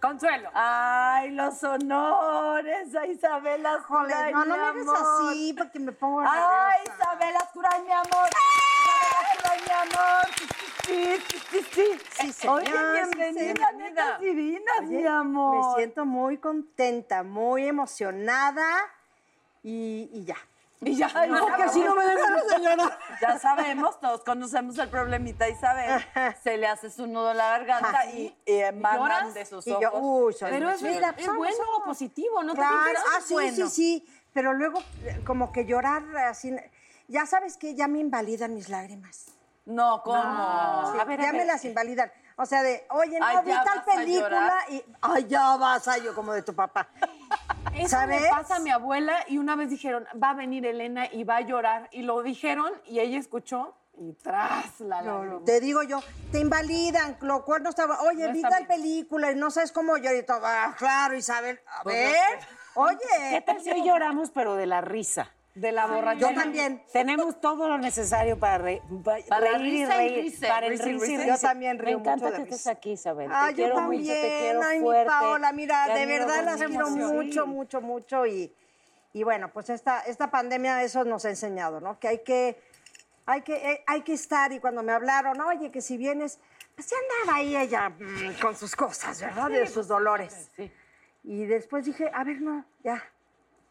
Consuelo. Ay, los honores a Isabela Jolín. No, no me hagas así porque me pongo Ay, nerviosa. Isabela Azcurán, mi amor. Isabela Azcurán, mi amor. Sí, sí, sí, sí. Sí, Eh, Oye, señor, bienvenida, bienvenida. netas divinas, mi amor. Me siento muy contenta, muy emocionada y, y ya. Y ya, no, porque si no me dejan señora. Ya sabemos, todos conocemos el problemita Isabel. Se le hace su nudo en la garganta y eh, emanan ¿Lloras? de sus ¿Ah, Y yo, ojos. uy, soy Pero muy es chida. verdad, Pues son bueno, los ojos. positivo, ¿no te Claro, piensas? ah, sí, Bueno. sí, sí. Pero luego, eh, como que llorar así. Ya sabes que ya me invalidan mis lágrimas. No, ¿cómo? Sí, a ver, ya a ver. me las invalidan. O sea, de, oye, no Ay, vi ya tal vas a llorar. película y. Ay, ya vas a yo, como de tu papá. Eso me ¿Sabes? pasa a mi abuela y una vez dijeron, va a venir Elena y va a llorar. Y lo dijeron y ella escuchó y tras la lágrima. Te digo yo, te invalidan, lo cual no estaba. Oye, No vi está tal bien. película y no sabes cómo llorar y todo. Ah, claro, Isabel, a ver. Pues ¿Qué Oye, tal si hoy lloramos, pero de la risa? De la borrachera. yo también. Tenemos todo lo necesario para, re- pa- Para la reír y risa y reír. risa, para el risa y risa y risa. Yo risa. también río Me encanta mucho de que risa. estés aquí, Isabel. Ah, te yo quiero también. mucho, te quiero Ay, mi fuerte. Paola, mira, Te de admiro verdad las mucho. quiero Sí. mucho, mucho, mucho. Y, y bueno, pues esta, esta pandemia eso nos ha enseñado, ¿no? Que hay que, hay que, eh, hay que estar. Y cuando me hablaron, oye, que si vienes, pues ya andaba ahí ella mm, con sus cosas, ¿verdad? pues de sus dolores. Sí. Y después dije, a ver, no, ya.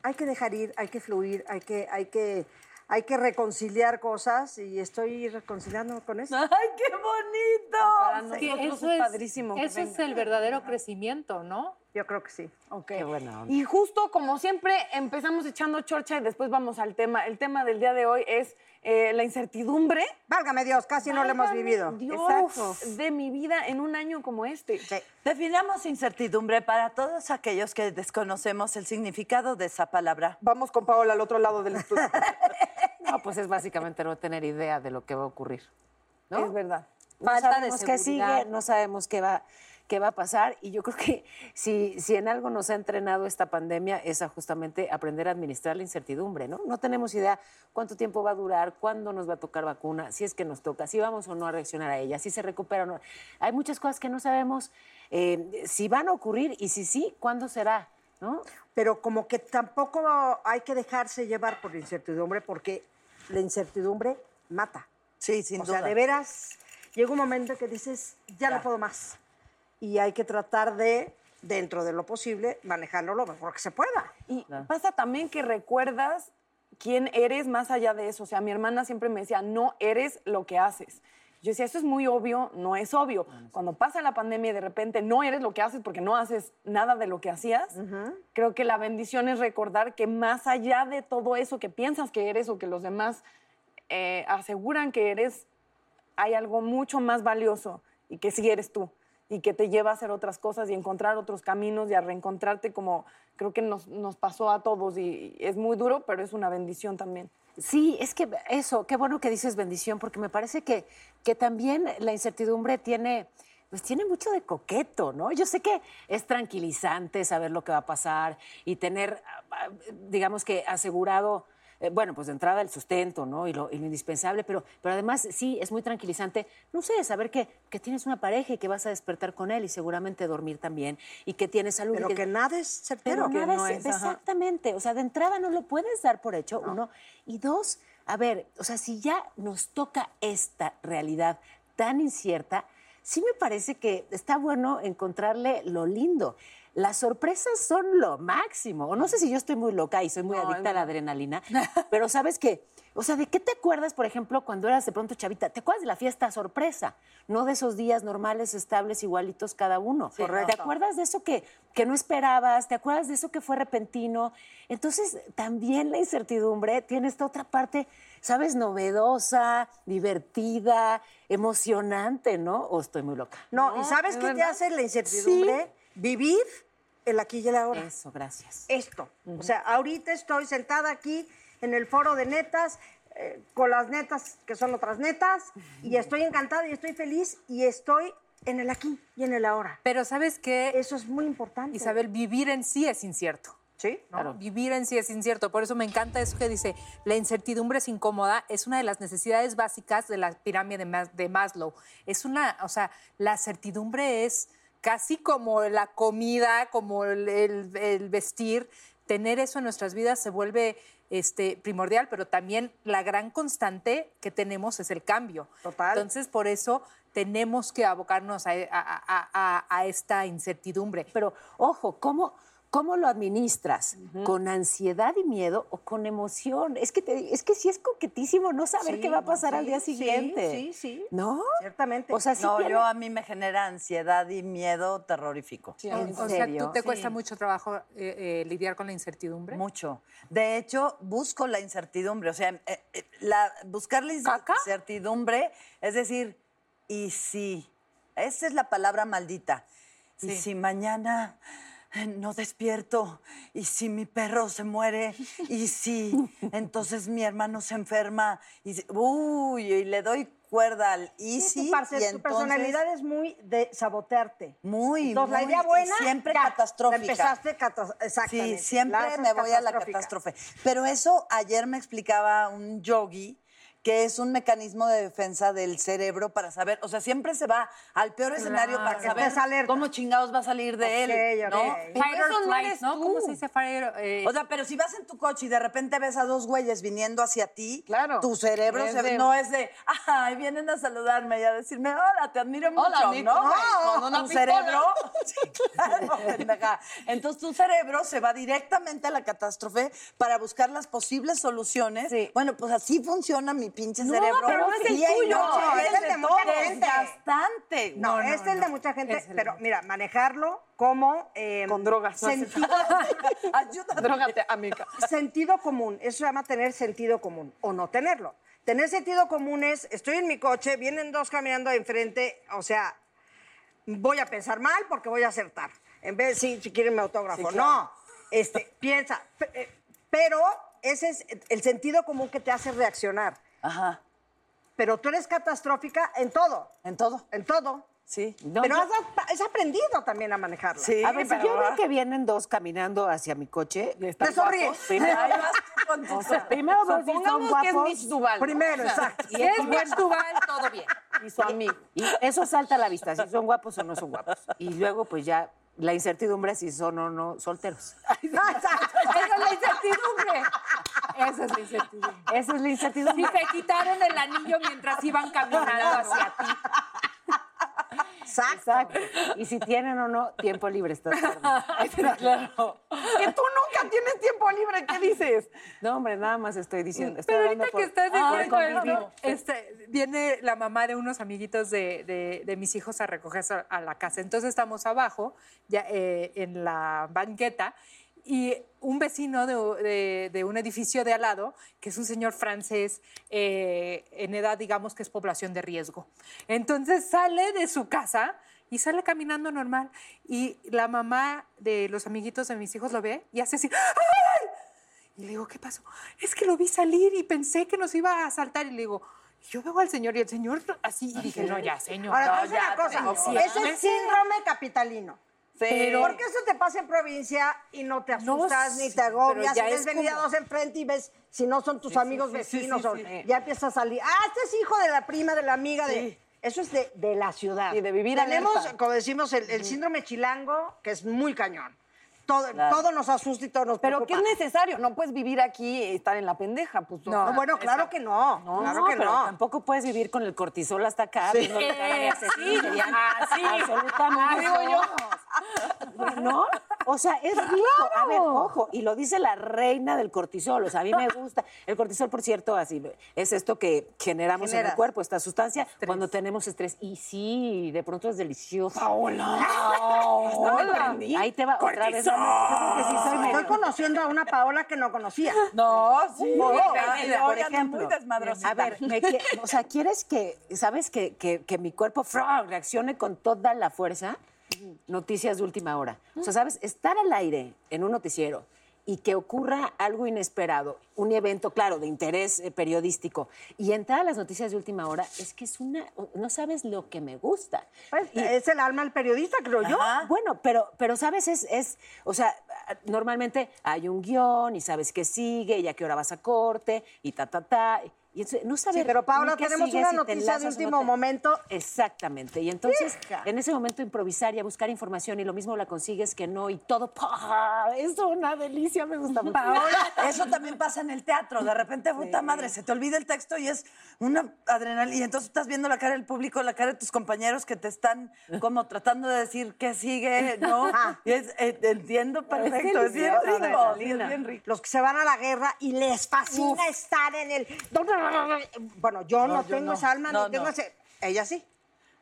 Hay que dejar ir, hay que fluir, hay que, hay que, hay que reconciliar cosas y estoy reconciliando con eso. ¡Ay, qué bonito! Para nosotros que eso es es, padrísimo. que eso es venga. el verdadero crecimiento, ¿no? Yo creo que sí. Ok. Qué buena onda. Y justo como siempre empezamos echando chorcha y después vamos al tema. El tema del día de hoy es eh, la incertidumbre. Válgame Dios, casi no lo hemos Válgame vivido. Dios Exacto. de mi vida en un año como este. Sí. Definamos incertidumbre para todos aquellos que desconocemos el significado de esa palabra. Vamos con Paola al otro lado del estudio. No, pues es básicamente no tener idea de lo que va a ocurrir. ¿no? Es verdad. No Falta de sabemos qué seguridad. sigue, no sabemos qué va, qué va a pasar. Y yo creo que si, si en algo nos ha entrenado esta pandemia es a justamente aprender a administrar la incertidumbre, ¿no? No tenemos idea cuánto tiempo va a durar, cuándo nos va a tocar vacuna, si es que nos toca, si vamos o no a reaccionar a ella, si se recupera o no. Hay muchas cosas que no sabemos eh, si van a ocurrir y si sí, cuándo será, ¿no? Pero como que tampoco hay que dejarse llevar por la incertidumbre porque la incertidumbre mata. Sí, sin o sea, de veras, llega un momento que dices, ya, no puedo más. Y hay que tratar de, dentro de lo posible, manejarlo lo mejor que se pueda. Y pasa también que recuerdas quién eres más allá de eso. O sea, mi hermana siempre me decía, no eres lo que haces. Yo decía, eso es muy obvio, no es obvio. Cuando pasa la pandemia y de repente no eres lo que haces porque no haces nada de lo que hacías, creo que la bendición es recordar que más allá de todo eso que piensas que eres o que los demás eh, aseguran que eres, hay algo mucho más valioso y que sí eres tú y que te lleva a hacer otras cosas y encontrar otros caminos y a reencontrarte como creo que nos, nos pasó a todos y, y es muy duro, pero es una bendición también. Sí, es que eso, qué bueno que dices bendición, porque me parece que, que también la incertidumbre tiene, pues tiene mucho de coqueto, ¿no? Yo sé que es tranquilizante saber lo que va a pasar y tener, ah, ah, digamos que asegurado eh, bueno, pues de entrada el sustento, ¿no? Y lo, y lo indispensable, pero, pero además sí, es muy tranquilizante, no sé, saber que, que tienes una pareja y que vas a despertar con él y seguramente dormir también y que tienes salud. y Pero que nada es certero. pero nada es- exactamente. O sea, de entrada no lo puedes dar por hecho, uno. Y dos, a ver, o sea, si ya nos toca esta realidad tan incierta, sí me parece que está bueno encontrarle lo lindo. Las sorpresas son lo máximo. O No sé si yo estoy muy loca y soy muy adicta a la adrenalina, pero ¿sabes qué? O sea, ¿de qué te acuerdas, por ejemplo, cuando eras de pronto chavita? ¿Te acuerdas de la fiesta sorpresa? No de esos días normales, estables, igualitos cada uno. ¿Te acuerdas de eso que, que no esperabas? ¿Te acuerdas de eso que fue repentino? Entonces, también la incertidumbre tiene esta otra parte, ¿sabes? Novedosa, divertida, emocionante, ¿no? ¿O estoy muy loca? No, ¿y sabes qué te hace la incertidumbre? Vivir el aquí y el ahora. Eso, gracias. Esto. O sea, ahorita estoy sentada aquí en el foro de netas, eh, con las netas que son otras netas, y estoy encantada y estoy feliz y estoy en el aquí y en el ahora. Pero ¿sabes qué? Eso es muy importante. Isabel, vivir en sí es incierto. Sí, ¿no? Vivir en sí es incierto. Por eso me encanta eso que dice, la incertidumbre es incómoda, es una de las necesidades básicas de la pirámide de Mas- de Maslow. Es una, o sea, la certidumbre es casi como la comida, como el, el- el vestir. Tener eso en nuestras vidas se vuelve este, primordial, pero también la gran constante que tenemos es el cambio. Total. Entonces, por eso tenemos que abocarnos a, a- a- a- a esta incertidumbre. Pero ojo, ¿cómo, cómo lo administras? ¿Con ansiedad y miedo o con emoción? Es que, te- es que sí es coquetísimo no saber Sí, qué va a pasar al sí, día sí, siguiente. sí, sí. ¿No? Ciertamente. O sea, sí no, tiene- yo a mí me genera ansiedad y miedo terrorífico. ¿En O sea, serio? ¿tú te cuesta mucho trabajo eh, eh, lidiar con la incertidumbre? Mucho. De hecho, busco la incertidumbre. O sea, eh, eh, la- buscar la ¿Caca? incertidumbre es decir, y si. Esa es la palabra maldita. Y si mañana eh, no despierto, y si mi perro se muere, y si entonces mi hermano se enferma, y si- uy, y le doy cuerda al y Sí, tu si, parce- y tu entonces- personalidad es muy de sabotearte. Muy, Entonces, la muy, idea y buena. siempre ya, la catastrófica. Empezaste catas- exactamente. Sí, siempre lanzas me voy a la catastrófica. catástrofe. Pero eso ayer me explicaba un yogi que es un mecanismo de defensa del cerebro para saber, o sea, siempre se va al peor escenario para que saber estés alerta. cómo chingados va a salir de él, Ok, ¿no? ok. Pero Fight eso or no flight, eres ¿no? tú. ¿Cómo se se dice fire, eh, O sea, pero si vas en tu coche y de repente ves a dos güeyes viniendo hacia ti, Claro. tu cerebro Es se- de- no es de, ay, vienen a saludarme y a decirme, hola, te admiro mucho, Nick, ¿no? güey, con una tu pistola. cerebro, Sí, claro, pendeja. Entonces tu cerebro se va directamente a la catástrofe para buscar las posibles soluciones. Sí. Bueno, pues así funciona mi pinche cerebro. pero no es el Día y tuyo, noche, es el de todo. mucha gente. Desgastante. No, este es el de mucha gente, pero mira, manejarlo como... eh, Con drogas, no hace Sentido, Ayúdame. Drógate, amiga. sentido común, eso se llama tener sentido común o no tenerlo. Tener sentido común es, estoy en mi coche, vienen dos caminando de enfrente, o sea, voy a pensar mal porque voy a acertar. En vez de si, si quieren mi autógrafo, no. Este, piensa, pe- eh, pero ese es el sentido común que te hace reaccionar. Ajá, Pero tú eres catastrófica en todo, en todo. en todo. Sí. pero has, ap- has aprendido también a manejarlo. Sí, a ver, si pero- ah. yo veo que vienen dos caminando hacia mi coche, Te sonríes. primero, Ahí vas tú con tu o sea, primero veo si son Supongamos que es guapos Mitch Duval. ¿no? Primero, O sea, exacto. Si es buen Duval, todo bien. Y su amigo. y eso salta a la vista, si son guapos o no son guapos. Y luego, pues ya, la incertidumbre si son o no solteros. Esa es la incertidumbre. Esa es la incertidumbre. Esa es la Si incertidumbre. te quitaron el anillo mientras iban caminando hacia ti. Exacto. Exacto. Y si tienen o no tiempo libre, estás tarde. Que tú nunca tienes tiempo libre, ¿qué dices? No, hombre, nada más estoy diciendo. estoy Pero hablando ahorita por- que estás por diciendo convivir. esto, este, viene la mamá de unos amiguitos de, de- de mis hijos a recogerse a la casa. Entonces estamos abajo, ya, eh, en la banqueta, y un vecino de, de- de un edificio de al lado, que es un señor francés, eh, en edad, digamos que es población de riesgo. Entonces sale de su casa y sale caminando normal. Y la mamá de los amiguitos de mis hijos lo ve y hace así. ¡Ay! Y le digo, ¿qué pasó? Es que lo vi salir y pensé que nos iba a asaltar. Y le digo, yo veo al señor y el señor así. Y dije, no, ya, señor. Ahora, no, te voy a decir ya, una cosa. señor". Ese es síndrome capitalino. Pero... ¿Por qué eso te pasa en provincia y no te No asustas sé, ni te pero agobias? ya Y ves es venir a como- dos enfrente y ves si no son tus amigos sí, sí, vecinos. sí, o- sí. Ya empieza a salir. Ah, este es hijo de la prima, de la amiga, de. Eso es de, de la ciudad. Y de vivir Tenemos, alerta. como decimos, el, el síndrome chilango, que es muy cañón. Todo, todo nos asusta y todo nos Pero que preocupa. es necesario, no puedes vivir aquí y estar en la pendeja, pues. No, bueno, claro que no. No, claro que pero no. tampoco puedes vivir con el cortisol hasta acá. viendo la cara de asesino serial. Ah. Absolutamente. ¿No? O sea, es rico. A ver, ojo, y lo dice la reina del cortisol. O sea, a mí me gusta. El cortisol, por cierto, así es esto que generamos en Generas. el cuerpo, esta sustancia, cuando tenemos estrés. Y sí, de pronto es delicioso. Paola. Ahí te va otra vez. Yo creo que sí soy medio- Estoy conociendo a una Paola que no conocía. No, sí. Muy no, perdida, no, por oigan, ejemplo. muy desmadrosita. A ver, me que- o sea, ¿quieres que, sabes, que, que- que mi cuerpo ¡fra! reaccione con toda la fuerza? Noticias de última hora. O sea, ¿sabes? Estar al aire en un noticiero y que ocurra algo inesperado, un evento, claro, de interés eh, periodístico, y entrar a las noticias de última hora, es que es una, no sabes lo que me gusta. Pues, Y- es el alma del periodista, creo yo. bueno, pero, pero sabes, es, es, o sea, normalmente hay un guión y sabes qué sigue y a qué hora vas a corte y ta, ta, ta. Y entonces, no sabes. Sí, pero, Paola, ni qué tenemos sigue, una si te noticia de enlazas o no último te- momento. Exactamente. Y entonces, Hija. en ese momento improvisar y a buscar información y lo mismo la consigues que no y todo. ¡pah! Es una delicia, me gusta mucho. Paola, eso también pasa en el teatro. De repente, puta madre, se te olvida el texto y es una adrenalina. Y entonces estás viendo la cara del público, la cara de tus compañeros que te están como tratando de decir qué sigue, ¿no? Y es, eh, entiendo perfecto. Es bien delicioso, rico. sí, adrenalina. es bien rico. Los que se van a la guerra y les fascina estar en el. Bueno, yo no, yo tengo no. esa alma, no, No, tengo no. ese. Ella sí.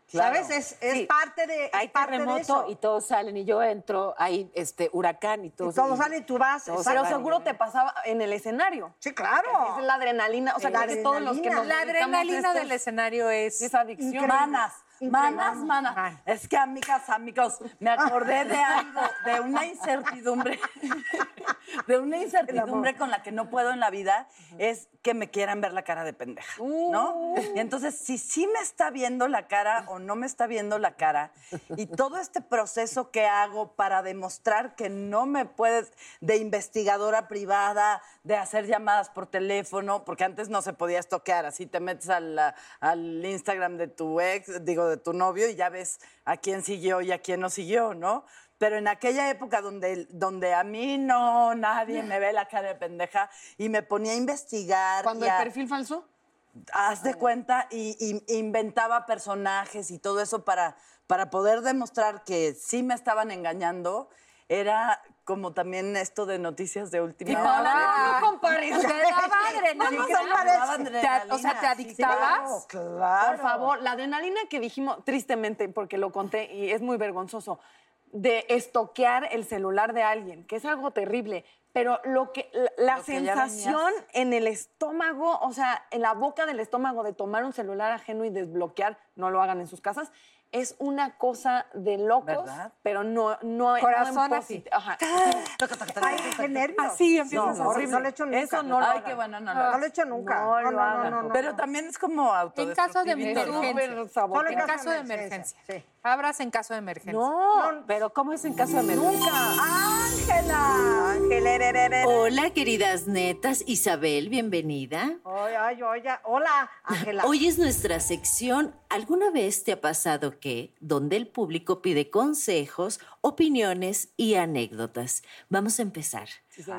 Claro. ¿Sabes? Es, es Sí. parte de. es Hay parte de terremoto eso. y todos salen y yo entro, hay este huracán y todos. Y todos salen y tú vas, todos exacto. Pero se van. seguro te pasaba en el escenario. Sí, claro. Es la adrenalina, o sea, La creo que todos los que nos adrenalina. La dedicamos a adrenalina esto del escenario es. es adicción. Manas, manas, manas. Ay. Es que, amigas, amigos, me acordé de algo, de una incertidumbre, de una incertidumbre con la que no puedo en la vida, es que me quieran ver la cara de pendeja, ¿no? Y entonces, si sí me está viendo la cara o no me está viendo la cara, y todo este proceso que hago para demostrar que no me puedes, de investigadora privada, de hacer llamadas por teléfono, porque antes no se podía estoquear, así te metes a la- al Instagram de tu ex, digo, de tu novio, y ya ves a quién siguió y a quién no siguió, ¿no? Pero en aquella época donde, donde a mí no, nadie me ve la cara de pendeja y me ponía a investigar. Cuando y el a- perfil falso. haz Ah. de cuenta y, y- inventaba personajes y todo eso para, para poder demostrar que sí me estaban engañando. Era como también esto de noticias de última hora. Paola, "Ah, no compares. Te daba adrenalina. Sí, claro, Te- daba adrenalina, O sea, ¿te sí, adictabas? claro, Por claro. favor, la adrenalina que dijimos, tristemente, porque lo conté y es muy vergonzoso, de estoquear el celular de alguien, que es algo terrible, pero lo que la, la Lo que ya sensación en el estómago, o sea, en la boca del estómago de tomar un celular ajeno y desbloquear, no lo hagan en sus casas, es una cosa de locos, ¿Verdad? pero no no Corazón no en así. posit- Ajá. Ay, qué nervios. Así empiezas no, a hacer. no lo he hecho nunca. Eso no lo Ay, hagan. qué bueno, no, no. No lo he hecho nunca. No lo hagan. Pero también es como auto. En caso de No, emergencia. pero Solo En caso de emergencia. Abras en caso de emergencia. No, Pero ¿cómo es en caso de Nunca. Ángela. Ángela. ererere. Hola, queridas netas. Isabel, bienvenida. Ay, ay, oye. Hola, Ángela. Hoy es nuestra sección. ¿Alguna vez te ha pasado que, donde el público pide consejos, opiniones y anécdotas? Vamos a empezar.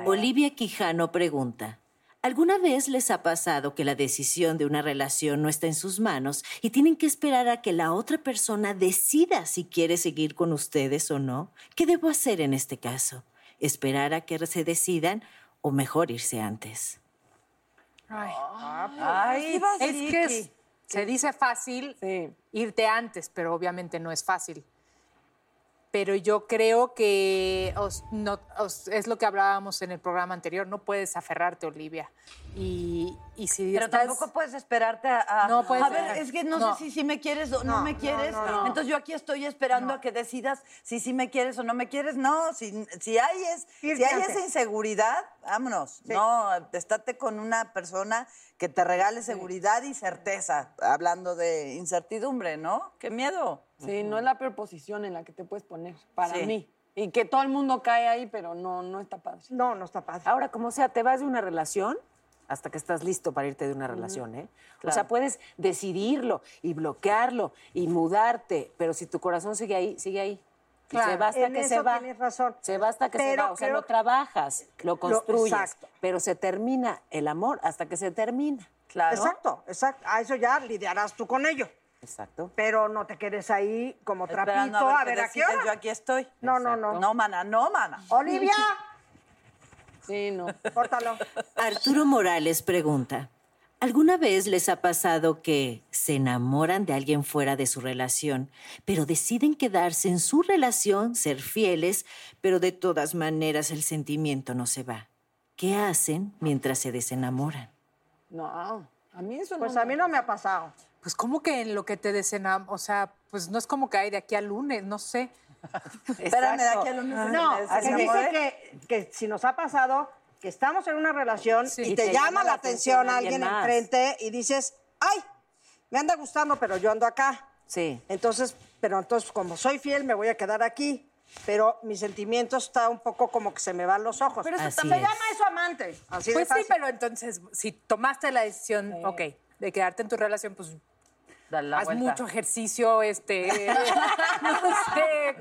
Olivia Quijano pregunta. ¿Alguna vez les ha pasado que la decisión de una relación no está en sus manos y tienen que esperar a que la otra persona decida si quiere seguir con ustedes o no? ¿Qué debo hacer en este caso? ¿Esperar a que se decidan o mejor irse antes? Ay. Ah, pues, Ay, Es que es- se dice fácil irte antes, pero obviamente no es fácil. Pero yo creo que os- no- os- es lo que hablábamos en el programa anterior, no puedes aferrarte, Olivia. Y, y si Pero estás- tampoco puedes esperarte a. a- No puedes a ver, esperar. es que no, No. sé si sí me quieres o no, No, me no, quieres. no, no. Entonces yo aquí estoy esperando a que decidas si sí me quieres o no me quieres. No, si, si hay, es, si Irte hay antes. esa inseguridad, vámonos. No, estate con una persona que te regale seguridad y certeza. Hablando de incertidumbre, ¿no? Qué miedo. Sí, no es la peor posición en la que te puedes poner, para Sí. mí. Y que todo el mundo cae ahí, pero no, no está padre. No, no está padre. Ahora, como sea, te vas de una relación hasta que estás listo para irte de una relación, ¿eh? O sea, puedes decidirlo y bloquearlo y mudarte, pero si tu corazón sigue ahí, sigue ahí. Y se va hasta en que eso se va. tienes razón. Se va hasta que Pero se va. O sea, creo lo trabajas, lo construyes, exacto. pero se termina el amor hasta que se termina. Claro. Exacto, exacto. A eso ya lidiarás tú con ello. Exacto. Pero no te quedes ahí como Esperando trapito, a a ver, ver qué a qué decides, Yo hora. aquí estoy. No, no, no. No, mana, no, mana. Olivia, Sí, no. córtalo. Arturo Morales pregunta, ¿alguna vez les ha pasado que se enamoran de alguien fuera de su relación, pero deciden quedarse en su relación, ser fieles, pero de todas maneras el sentimiento no se va? ¿Qué hacen mientras se desenamoran? No, a mí eso Pues no. a mí no me ha pasado. Pues como que en lo que te desenam... O sea, pues no es como que hay de aquí al lunes, no sé. Espérame, de aquí al lunes. No, es- que dice que, que si nos ha pasado que estamos en una relación y te, llama, la atención a alguien alguien más. enfrente y dices, ay, me anda gustando, pero yo ando acá. Sí. Entonces, pero entonces como soy fiel, me voy a quedar aquí. Pero mi sentimiento está un poco como que se me van los ojos. eso Así me también- es. llama eso amante. Así de Pues sí, fácil. pero entonces, si tomaste la decisión, ok, de quedarte en tu relación, pues Dale la haz vuelta. mucho ejercicio, este, no sé,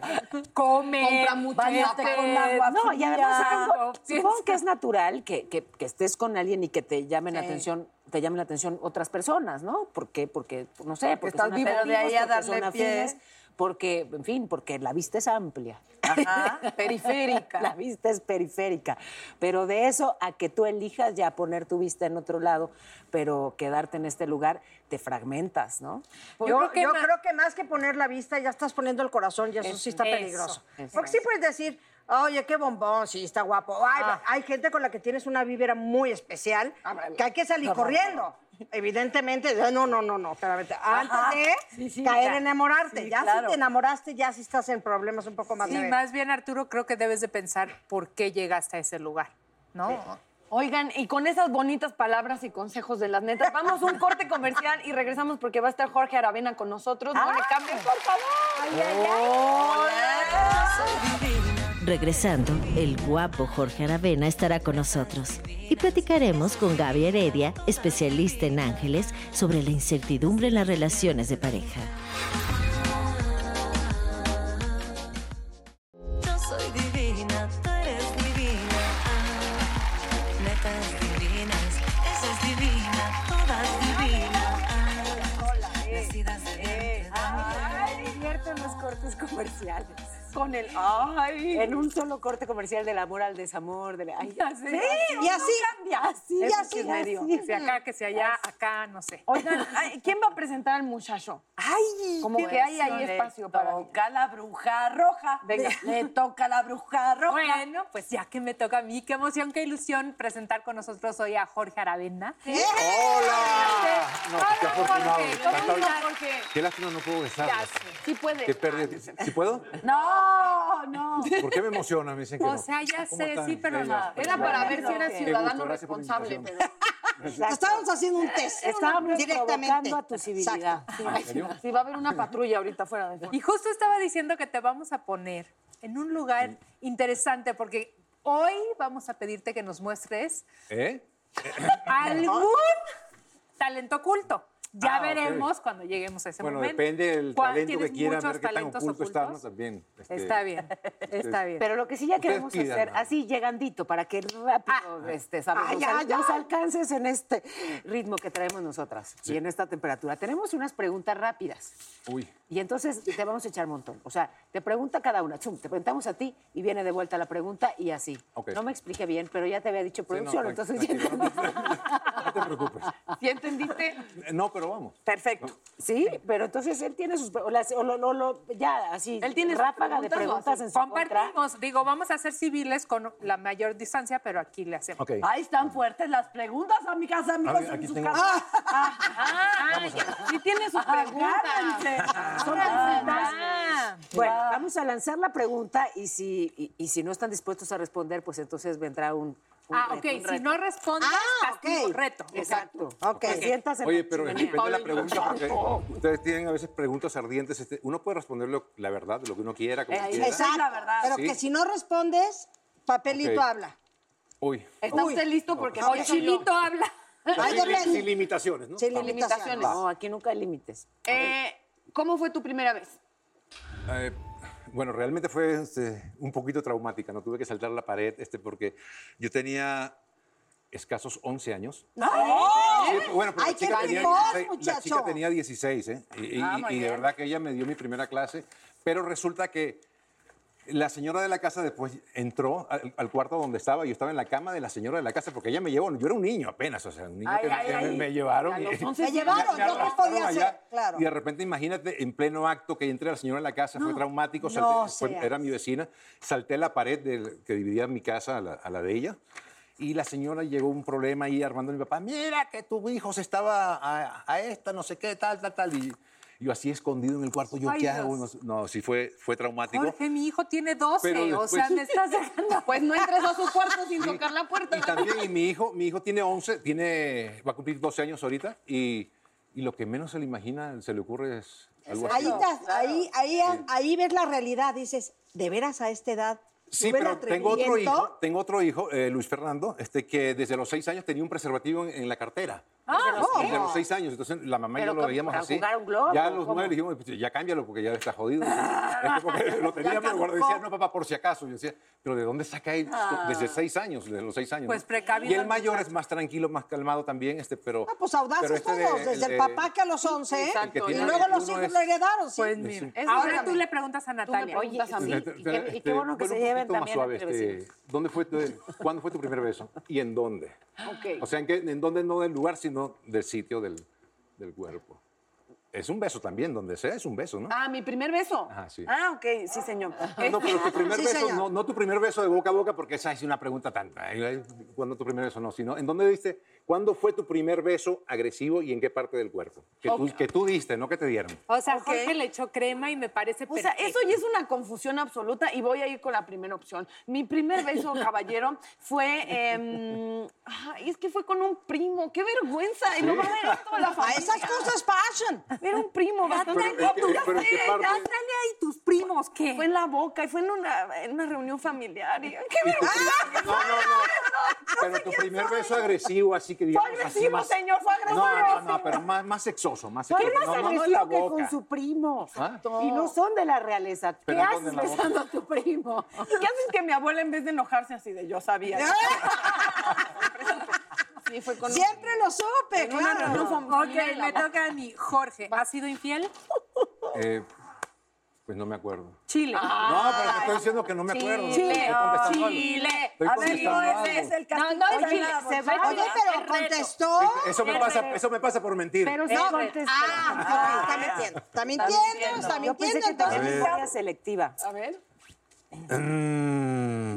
come, Compra mucho bañate mate con con agua agua no, y además supongo, supongo que es natural que, que- que estés con alguien y que te llamen la atención, te llamen la atención otras personas, ¿no? ¿Por qué? Porque, no sé, porque estás son vivo. atractivos, Pero de ahí a porque darle son pie. afines, porque, en fin, porque la vista es amplia. Ajá. Periférica. La vista es periférica. Pero de eso a que tú elijas ya poner tu vista en otro lado, pero quedarte en este lugar, te fragmentas, ¿no? Yo, yo creo, que más que poner la vista, ya estás poniendo el corazón y eso sí está Eso, peligroso. eso. Porque sí puedes decir, oye, qué bombón, sí, está guapo. Ay, Hay gente con la que tienes una vibra muy especial que hay que salir corriendo. Evidentemente, no, no, no, no, pero antes de caer en enamorarte. Sí, ya claro. si te enamoraste, ya sí estás en problemas un poco más Sí, leves. más bien, Arturo, creo que debes de pensar por qué llegaste a ese lugar, ¿no? Oigan, y con esas bonitas palabras y consejos de las netas, vamos a un corte comercial y regresamos porque va a estar Jorge Aravena con nosotros. No Ah. le cambien, por favor. Oh. Regresando, el guapo Jorge Aravena estará con nosotros y platicaremos con Gaby Heredia, especialista en ángeles, sobre la incertidumbre en las relaciones de pareja. Yo soy divina, tú eres divina. Ah, netas divinas, esa es divina, todas divinas. Ah, nacidas de mente, eh. Ay, divierto en los cortes comerciales. Con el ay. En un solo corte comercial del amor al desamor. Del, ay, así, y así. cambia. Así, Y es así, un medio. Que sea acá, que sea allá, acá, no sé. Oigan, ay, ¿quién va a presentar al muchacho? Ay, Como qué que hay ahí versión. espacio le para- Toca la bruja roja. Venga. Le, le toca la bruja roja. Bueno, pues ya que me toca a mí, qué emoción, qué ilusión presentar con nosotros hoy a Jorge Aravena. Oh, ¡Hola! No, pues, qué Hola, afortunado. Jorge. ¿Cómo encantado. estás? Qué lástima, no puedo besarla. Sí puede. Qué pérdida. ¿Sí puedo? No, no. ¿Por qué me emociona? Me dicen que O no. sea, ya ¿Cómo sé, están? sí, pero Bellas. no. Era para ver si era Qué gusto, ciudadano gracias por la responsable, invitación. pero Estábamos haciendo un test. Estábamos directamente. provocando a tu civilidad. Ah, ¿en serio? sí va a haber una patrulla ahorita fuera de Y justo estaba diciendo que te vamos a poner en un lugar interesante porque hoy vamos a pedirte que nos muestres ¿Eh? algún talento oculto. Ya Ah, ok. veremos cuando lleguemos a ese Bueno, momento. depende del ¿Cuál- talento que tienes quieran, muchos ver qué tan talentos oculto está, ¿no? ocultos? También. este, Está bien, está bien. Pero lo que sí ya Ustedes queremos pidan, hacer, ¿no? así llegandito, para que rápido este, ¿sabes? Ay, nos, al- ay, nos ay. alcances en este ritmo que traemos nosotras y en esta temperatura. Tenemos unas preguntas rápidas. Uy. Y entonces te vamos a echar un montón. O sea, te pregunta cada una. Chum, te preguntamos a ti y viene de vuelta la pregunta y así. Ok. No me expliqué bien, pero ya te había dicho Sí, no, producción, tranqui- entonces ya tranquilo. No te preocupes. ¿Sí entendiste? No, pero vamos. Perfecto. Sí, pero entonces él tiene sus. pre- O las- o lo- lo- lo- ya, así. Él tiene sus ráfaga de preguntas, preguntas en su contra. Compartimos, digo, vamos a ser civiles con la mayor distancia, pero aquí le hacemos. Ok. Ahí están fuertes las preguntas, amigas, amigos, ver, en Ah, aquí su tengo- casa. Ah, Y tiene sus Agárrense. Son preguntas. Bueno, vamos a lanzar la pregunta y si, y, y si no están dispuestos a responder, pues entonces vendrá un. un Ah, reto, ok, un si reto. no respondes, Ah, castigo, ok. reto. Exacto. Ok. Te sientas en Oye, la pero chimenea. depende de la pregunta, porque ustedes tienen a veces preguntas ardientes. este, Uno puede responder lo- la verdad, lo que uno quiera, como quiera. Esa es la verdad. Pero Sí. que si no respondes, Ok. papelito habla. Uy. ¿Está usted listo? Porque hoy Chilito habla. Ay, Pues Sin, depende. sin limitaciones, ¿no? Sin Vamos. limitaciones. No, aquí nunca hay límites. Eh, ¿Cómo fue tu primera vez? Eh, bueno, realmente fue este, un poquito traumática, ¿no? Tuve que saltar la pared este, porque yo tenía escasos 11 años. Sí, bueno, pero ¡Ay, la, qué chica tenía precoz, 16, la muchacho! Ah, chica tenía 16, ¿eh? Y, y- y de verdad que ella me dio mi primera clase, pero resulta que la señora de la casa después entró al, al cuarto donde estaba, yo estaba en la cama de la señora de la casa porque ella me llevó, yo era un niño apenas, o sea, un niño Ay, que, ay, que me- ay. me llevaron. y- Me llevaron, me yo qué arrastraron podía allá, hacer. Claro. Y de repente, imagínate, en pleno acto que entre la señora en la casa, fue traumático, salté- no fue- seas. era mi vecina, salté la pared del- que dividía mi casa a la, a la de ella. Y la señora llegó un problema ahí armando a mi papá. Mira que tu hijo se estaba a, a esta, no sé qué, tal, tal, tal. Y yo así escondido en el cuarto, yo Ay, qué Dios. hago. No, sé- no, sí fue, fue traumático. Jorge, mi hijo tiene 12, Pero o sea, después- me estás dejando. Pues no entres a su cuarto sin tocar la puerta. Y también, y mi hijo, mi hijo tiene 11, tiene, va a cumplir 12 años ahorita. Y, y lo que menos se le imagina, se le ocurre es algo así. Ahí, te- ahí, ahí, ahí ves la realidad, dices, de veras a esta edad. Sí, tuve el pero tengo otro atrevimiento? hijo, tengo otro hijo, eh, Luis Fernando, este que desde los seis años tenía un preservativo en, en la cartera. Ah, desde los seis años, entonces la mamá y ¿Pero yo lo cómo? veíamos ¿Para así. jugar a un globo? ya a los ¿Cómo? nueve le dijimos, "Pues, ya cámbialo porque ya está jodido. Este, porque lo teníamos pero guardado. decía, no papá, por si acaso. Yo decía, pero ¿de dónde saca él? Ah. Desde seis años, desde los seis años. Pues ¿no? precavido Y el el mayor es más tranquilo, más calmado también, este, pero. Ah, pues audaces pero este de- todos, desde el, de- papá que a los ¿eh? 11, exacto, y y el luego los uno hijos es- lo heredaron, sí. Pues sí. mira, ahora tú le preguntas a Natalia. Oye, Oye, sí. Este, y qué- y qué este, bueno que se un lleven poquito más también suave, entre este, vecinos. ¿dónde fue tu- ¿Cuándo fue tu primer beso? ¿Y en dónde? O sea, ¿en, qué- en dónde no del lugar, sino del sitio del, del cuerpo? Es un beso también, donde sea, es un beso, ¿no? Ah, mi primer beso. Ajá, sí. Ah, ok, sí, señor. No, pero tu primer Sí, beso, señor. no, no tu primer beso de boca a boca, porque esa es una pregunta tan. ¿Cuándo tu primer beso? No, sino ¿en dónde diste? ¿Cuándo fue tu primer beso agresivo y en qué parte del cuerpo? Que, tú, que tú diste, no que te dieron. o sea, Jorge le echó crema y me parece O sea, perfecto. eso ya es una confusión absoluta y voy a ir con la primera opción. Mi primer beso, caballero, fue. em, ay, es que fue con un primo. ¡Qué vergüenza! Y lo va a ver toda la A familia. esas cosas pasan. Era un primo bastante. Natalia, tú, Pero ¿en qué parte? y tus primos, ¿qué? Fue en la boca y fue en una, en una reunión familiar. y- ¡Qué Y tu vergüenza! prim- No, no, no. Pero tu primer beso agresivo, así que digamos. así agresivo, más- señor, fue agresivo. No, no, no, pero más, más sexoso, más sexoso. ¿Qué más no, no, no en la agresivo que boca. con su primo? Ah. Y no son de la realeza. ¿Qué Pero entonces haces en la boca. besando a tu primo? ¿Qué haces que mi abuela, en vez de enojarse así de yo sabía? Sí, fue con un- Siempre lo supe, en una reunión claro. familiar. Ok, me toca a mí. Jorge, ¿has sido infiel? Eh, pues no me acuerdo. Chile. no, pero te estoy diciendo que no me acuerdo. Chile, Estoy contestando algo. Chile. Estoy A ver, contestando no algo. es, es el castigo. No, no, está en Chile, la se bolsa. va a Oye, pero contestó. Eso me pasa, eso me pasa por mentir. Pero sí No, contestó. ah, ok, está mintiendo. Está mintiendo, está Yo pensé mintiendo. que tenía Entonces, memoria selectiva. A ver. Mm,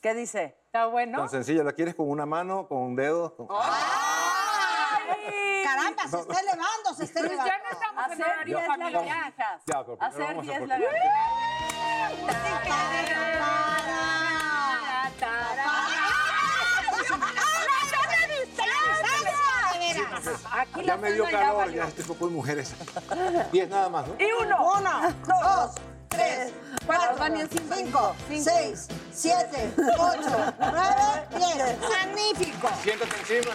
¿Qué dice? Está bueno. Tan sencilla, ¿la quieres con una mano, con un dedo? Con- caramba, se está elevando, se está Pues elevando. ya no estamos en Hacer horario 10 familiar. lagartijas. Ya, pero primero Hacer vamos a 10 por- lagartijas. Aquí Ya la me dio fama calor, valió. ya este poco de mujeres. Diez nada más, ¿no? Y uno. Uno, dos, tres, cuatro, cinco, seis, siete, ocho, nueve, diez. ¡Magnífico! Siéntate encima.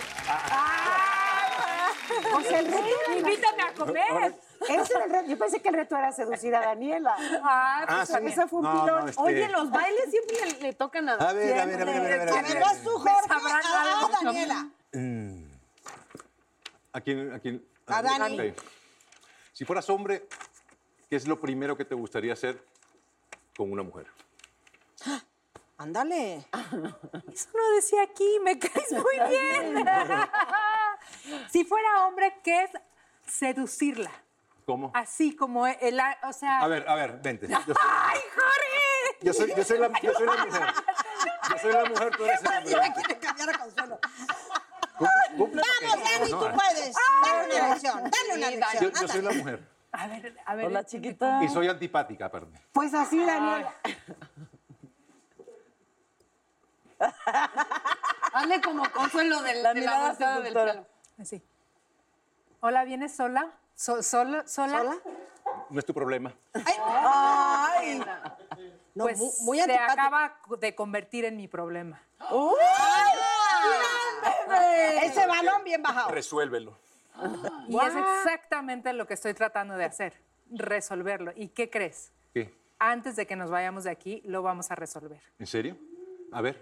O sea, el reto era la- Invítame a comer. ese era el reto. Yo pensé que el reto era seducir a Daniela. Ah, Ah, sí. Ese fue un No, no, pilón. este- Oye, los Bailes siempre le, le tocan a... A ver, a ver, a ver, a ver. A ver, vas tú, Jorge, a, a Daniela. ¿A quién? A, quién, A Dani. Ok. Si fueras hombre, ¿qué es lo primero que te gustaría hacer con una mujer? Ándale. Eso no decía aquí, me caes muy bien. si fuera hombre, ¿qué es seducirla? ¿Cómo? Así como e, el, a- o sea, A ver, a ver, vente. Yo soy, ¡Ay, Jorge! yo soy, yo soy la, yo soy la mujer. Yo soy la mujer, tú eres el hombre. quiere cambiar a Consuelo. Cum- cumple lo que dices, Vamos, Dani, ¿no? Ah, tú puedes. Dale una lección, dale una Yo, lección. yo soy la mujer A ver, a ver. Hola, chiquita. y soy antipática, perdón. Pues así, Daniel. Hazle como consuelo de la, mirada seductora. Así. Hola, ¿vienes sola? So- sola, ¿Sola? ¿Sola? No es tu problema. Ay. No, Pues mu- muy se antipática. acaba de convertir en mi problema. Ese balón bien bajado. Resuélvelo. Y es exactamente lo que estoy tratando de hacer, resolverlo. ¿Y qué crees? ¿Qué? Antes de que nos vayamos de aquí, lo vamos a resolver. ¿En serio? A ver.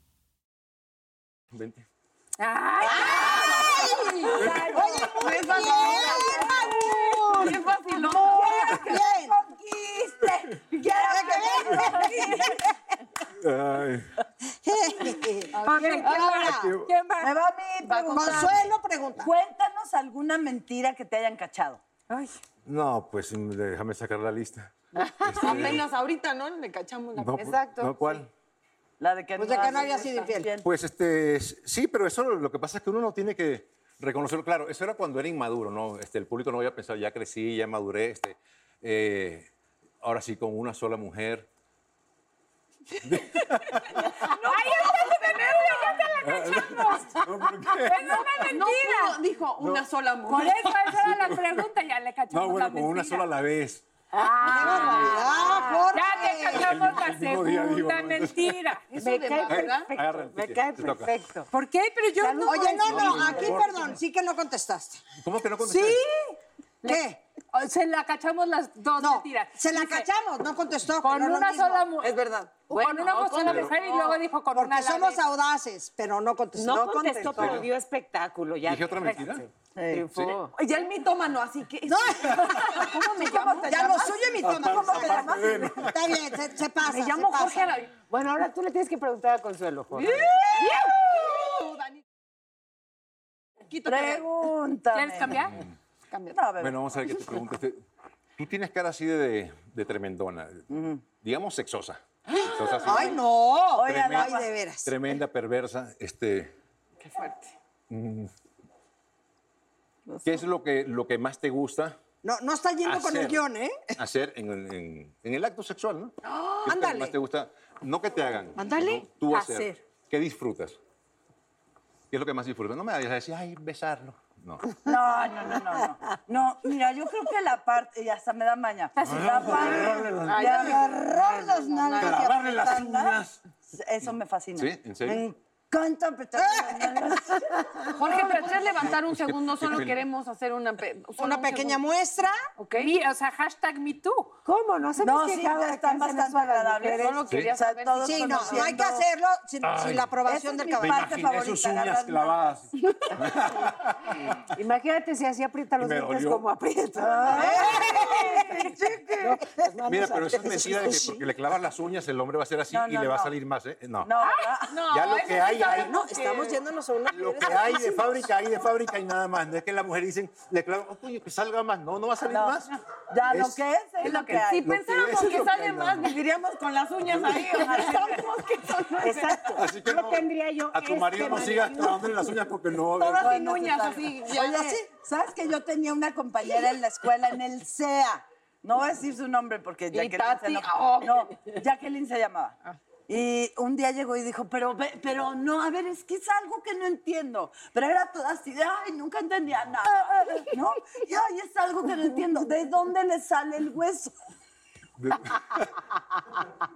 Vente. Muy bien, Muy bien. Ay. Ahora, ¿Quién va? Me va a mí preguntar. Consuelo pregunta. Cuéntanos alguna mentira que te hayan cachado. Ay, No, pues mm, déjame sacar la lista. Este, Apenas ahorita, ¿no? Le cachamos la... No, pues, Exacto. No, ¿cuál? La de que Pues de que no haces había sido esta. infiel. Bien. Pues este, s- sí, pero eso lo que pasa es que uno no tiene que reconocerlo. Claro, eso era cuando era inmaduro, ¿no? Este, el público no había pensado, ya crecí, ya maduré, este, eh, ahora sí con una sola mujer. No, ¡Ahí está de nervio! ¡Ya te la No pudo, dijo una sola por mujer. eso esa era la pregunta, ya le cachamos No, bueno, la con una mentira. sola a la vez. Ah, Ya le Jorge. cachamos la El mismo día, segunda digo, ¿no? mentira. Eso de verdad. Agarra el Me ticket, cae te toca. perfecto. ¿Por qué? Pero yo no... Oye, no, no, aquí perdón, sí que no contestaste. ¿Cómo que no contesté? ¿Sí? ¿Qué? O- Se la cachamos las dos No, mentiras. se la Dice, cachamos, no contestó. Con no es lo una mismo. sola mujer. Es verdad. con una sola mujer y luego dijo con una a Porque la somos vez. audaces, pero no contestó. No, contestó, pero ¿no? dio espectáculo. Ya ¿Dije otra mentira? Triunfó. Ya el mitómano, así que... No. ¿Cómo me llamo? Ya lo suyo y mi toma. ¿Cómo te llamas? aparte de- Está bien, se, se pasa. Me se llamo pasa. Jorge. Arau- Bueno, ahora tú le tienes que preguntar a Consuelo, Jorge. Uh, Pregunta. ¿Quieres cambiar? No, bebé. Bueno, vamos a ver qué te pregunto. Este, Tú tienes cara así de, de tremendona, digamos sexosa. Sexosa, sí. Ay, no. Oigan, Tremenda. Ay, de veras. Tremenda, perversa. Este, Qué fuerte. ¿Qué es lo que, lo que más te gusta No, no está yendo con el Hacer. guión, ¿eh? hacer en, el- en- en el acto sexual? ¿no? ¿Qué es lo ándale. que más te gusta? No que te hagan. Ándale. sino Tú hacer. Hacer. ¿Qué disfrutas? ¿Qué es lo que más disfrutas? No me vayas a decir, ay, besarlo. No. No, no, no, no, no. No, mira, yo creo que la parte, y hasta me da maña. Ah, La parte de agarrar las nalgas. y Clavarle las apretarlas, Eso me fascina. ¿Sí? ¿En serio? Me encanta apretar las nalgas. Jorge, ¿me puedes levantar un segundo? Solo pena. queremos hacer una... pe- solo Una un pequeña segundo. muestra. ¿Ok? Mi- o sea, hashtag me too. ¿Cómo? No se No, sí, están bastante agradables. Solo quería O sea, saber si- todos Sí, no, no hay que conociendo. hacerlo sin, sin la Esa es aprobación del mi caballero. parte favorita. agarrar Imagínate si así aprieta los Me dientes dolió. como aprieta. Pues Mira, pero eso es mentira de que porque le clavas las uñas el hombre va a ser así No, y no, le va a no. salir más, ¿eh? No. No, ¿verdad? ya lo que hay que hay. No, estamos yéndonos a una. Lo que hay de fábrica, hay de fábrica y nada más. No es que la mujer dicen, le clavan, "Oh, coño, que salga más. No, no va a salir No. más. Ya, lo Es- que es, es lo que hay. ¿eh? Si Lo que pensáramos es, es que, lo que sale hay, más, nada más. viviríamos con las uñas ahí. O sea, somos que son Exacto. Así que no, no, tendría yo. a tu marido no sigas clavándole las uñas porque no. todas ¿verdad? sin uñas así. ya. Oye, ¿sabes que yo tenía una compañera en la escuela, en el CEA? No voy a decir su nombre porque Jacqueline se Tati, enoja. oh. Ah. No, Jacqueline se llamaba. Y un día llegó y dijo, pero, ve- pero no, a ver, es que es algo que no entiendo. Pero era toda así de, ay, nunca entendía nada, ¿no? Y ay, es algo que no entiendo. ¿De dónde le sale el hueso?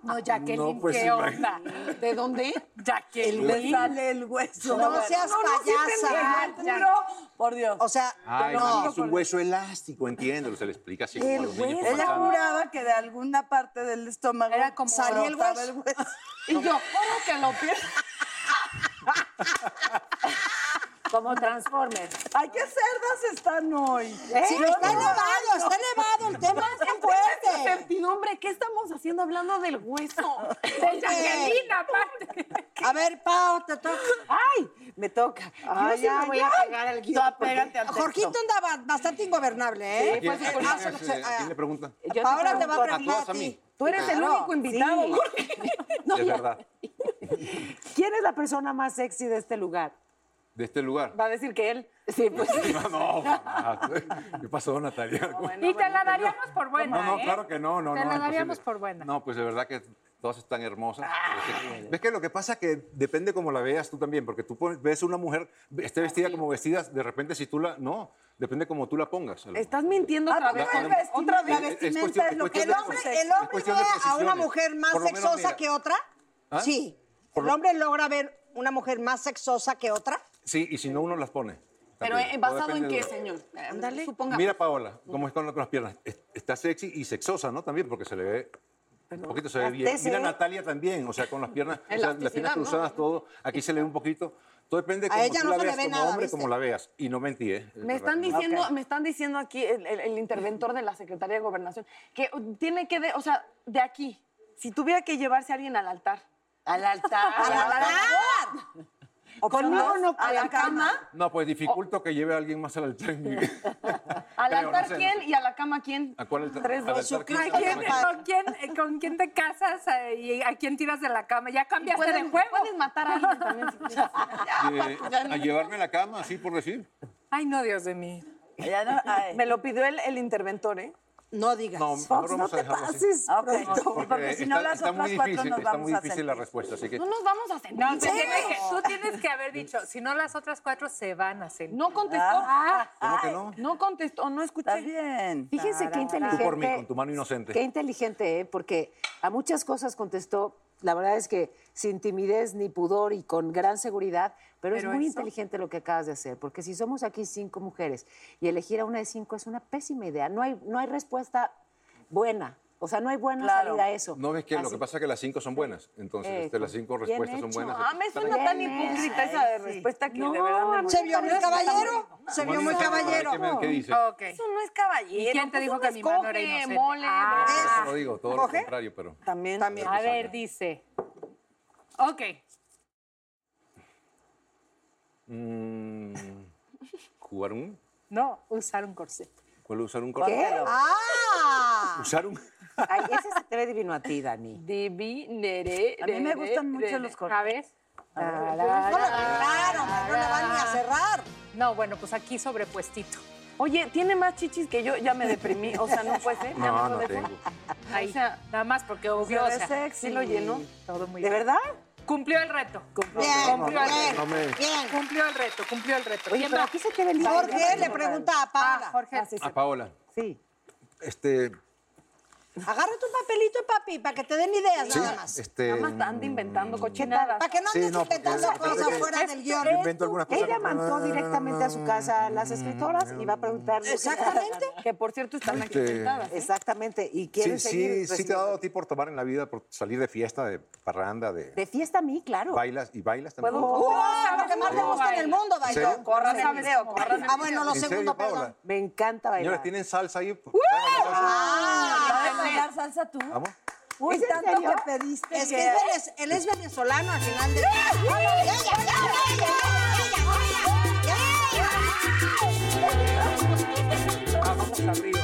No, Jacqueline, No, pues, ¿qué onda? imagínate. ¿De dónde? Jacqueline. Le sale el hueso. No bueno. seas sí payasa. entendía, te juro, por Dios. O sea, Ay, no. mami, es un hueso elástico, entiéndelo, se le explica así. como a los niños con Ella manzanas. juraba que de alguna parte del estómago Era como salía el brotaba hueso. el Y yo, ¿cómo que lo pierdo? Como Transformers. Ay, qué cerdas están hoy. Sí, ¿Eh? está elevado, está elevado el tema, está fuerte. Incertidumbre, ¿qué estamos haciendo hablando del hueso? De Jacqueline, aparte. A ver, Pau, te toca. ¡Ay! Me toca. Yo Ay, sí me ay, voy a pegar al guión. porque Pégate al Jorgito andaba bastante ingobernable, ¿eh? ¿A quién- Eh, a quién- hazlo, eh, ¿A quién le eh, pregunta? yo te Ahora te pregunto va a ¿A preguntar todos a a mí? ti. Tú eres el Claro, único invitado. No, Es ya. verdad. ¿Quién es la persona más sexy de este lugar? De este lugar. Va a decir que él. Sí, pues. No, no, jamás. ¿Qué pasó, Natalia? Y te la daríamos por buena. No, no, ¿eh? claro que no, no, no. Te la daríamos imposible. por buena. No, pues de verdad que todas están hermosas. Ah. Ves que lo que pasa es que depende cómo la veas tú también, porque tú pones- ves una mujer, esté vestida como vestida, de repente si tú la. No, depende cómo tú la pongas. Estás mintiendo Ah, otra ¿cómo vez. el vestido? Otra La vez. Es- es vestimenta cuestión- es lo es que cuestión El de- hombre, el Es hombre ve cuestión de a una posiciones. mujer más Por lo menos, sexosa mira. que otra. ¿Ah? Sí. Por El lo- hombre logra ver una mujer más sexosa que otra. Sí, y si no, uno las pone. Pero También. eh, Todo basado en depende qué, de- señor. Eh, Supongamos. Mira, Paola, cómo es con, con las piernas. Es- Está sexy y sexosa, ¿no? También, porque se le ve. un poquito se ve bien. Mira, Natalia también, o sea, con las piernas, o sea, las piernas cruzadas, todo. Aquí se le ve un poquito. Todo depende A como ella tú no la se le veas, ve como nada, hombre, ¿viste? como la veas. Y no mentí, ¿eh? Es Me verdad están que no. diciendo, me están diciendo aquí el, el- el interventor de la Secretaría de Gobernación que uh, tiene que, de- o sea, de aquí, si tuviera que llevarse a alguien al altar, Al altar. Al altar. Conmigo no, a la cama. No, pues dificulto que lleve a alguien más al altar. al Creo, no altar sé, no quién sé. y a la cama quién. ¿A cuál altar? Tres, Al dos, altar su- quién, ¿A a la quién, cama con, quién, eh, ¿Con quién te casas eh, y a quién tiras de la cama? Ya cambiaste Pueden, de juego. pueden matar a alguien también si quieres. Eh, a llevarme a la cama, así por decir. Ay, no, Dios de mí. Ya no, ay. Me lo pidió el, el interventor, ¿eh? No digas. No, mejor vamos a dejarlo así. Ah, ok, porque, si no está, las está otras muy difícil, cuatro nos está vamos muy a difícil la sentir. respuesta, así que No nos vamos a sentir. No, te tiene que- tú tienes que haber dicho, si no las otras cuatro se van a cenar. No contestó. Ah, ¿Cómo que ay, no? No contestó, Está no escuché. bien. Fíjense qué inteligente. Tú por mí, con tu mano inocente. Qué inteligente, ¿eh? porque a muchas cosas contestó, la verdad es que sin timidez ni pudor y con gran seguridad, pero, Pero es muy eso- inteligente lo que acabas de hacer, porque si somos aquí cinco mujeres y elegir a una de cinco es una pésima idea, no hay, no hay respuesta buena, o sea, no hay buena Claro. salida a eso. No ves que lo Así- que pasa es que las cinco son buenas. Entonces, este, las cinco bien respuestas son hecho. buenas. Ah, me suena Bien tan hecho. hipócrita esa de Ay, sí. respuesta que de verdad me molesta. Se vio muy caballero. Se vio Bueno, muy a ver, caballero. ¿Qué, me- qué dice? Ok. Eso no es caballero. ¿Y quién te pues dijo uno que mi mano era escoge inocente? Mole, pues. Ah. Por eso ¿verdad? lo digo, todo lo ¿Coge? contrario, pero. También. También. A Pues, ver, dice. Ok. mm, ¿Jugar un? No, usar un corset. ¿Cuál usar un corte? ¡Ah! ¿Usar un? Ay, ese se te ve divino a ti, Dani. Divinere. A mí me gustan mucho los cortes. ¿Sabes? No la arreglaron, no la van ni a cerrar. No, bueno, pues aquí sobrepuestito. Oye, tiene más chichis que yo, ya me deprimí. O sea, no puede ser. ya No, mejor no dejo. tengo. Ahí. nada más porque obvio, o Se ve sea, sexy. Sí lo llenó. todo muy ¿De bien. verdad? Cumplió el reto. Bien, Cumplió el bien, reto. No me. bien. Cumplió el reto, cumplió el reto. Oye, ¿Quién pero va? aquí se te ve lindo. Jorge le pregunta a Ah, Paula. Jorge. A Paola. Sí. Este. Agarra tu papelito, papi, para que te den ideas Sí, nada más. este. Nada más anda Mm. inventando cochinadas. Para que no Sí, andes no, porque inventando de repente cosas que- fuera del guión. Yo invento algunas cosas. Ella mandó directamente a su casa a las escritoras y va a preguntarle. Exactamente. Que por cierto están aquí Este- sentadas. ¿eh? Exactamente. Y quiere Sí, seguir. sí, sí te ha recibiendo- dado a ti por tomar en la vida, por salir de fiesta, de parranda, de. De fiesta a mí, claro. Bailas y bailas también. ¡Wow! Lo que más le gusta en el mundo, ¿En serio? bailó. Corran el video, corran Ah, bueno, lo ¿En serio, segundo, Paola? perdón. Me encanta bailar. Señores, ¿tienen salsa ahí? ¿Sabes bailar salsa tú? Vamos. Uy, ¿Es en tanto serio? que pediste Es que, que- es venez- él es venezolano al final de. Ah, Vamos arriba.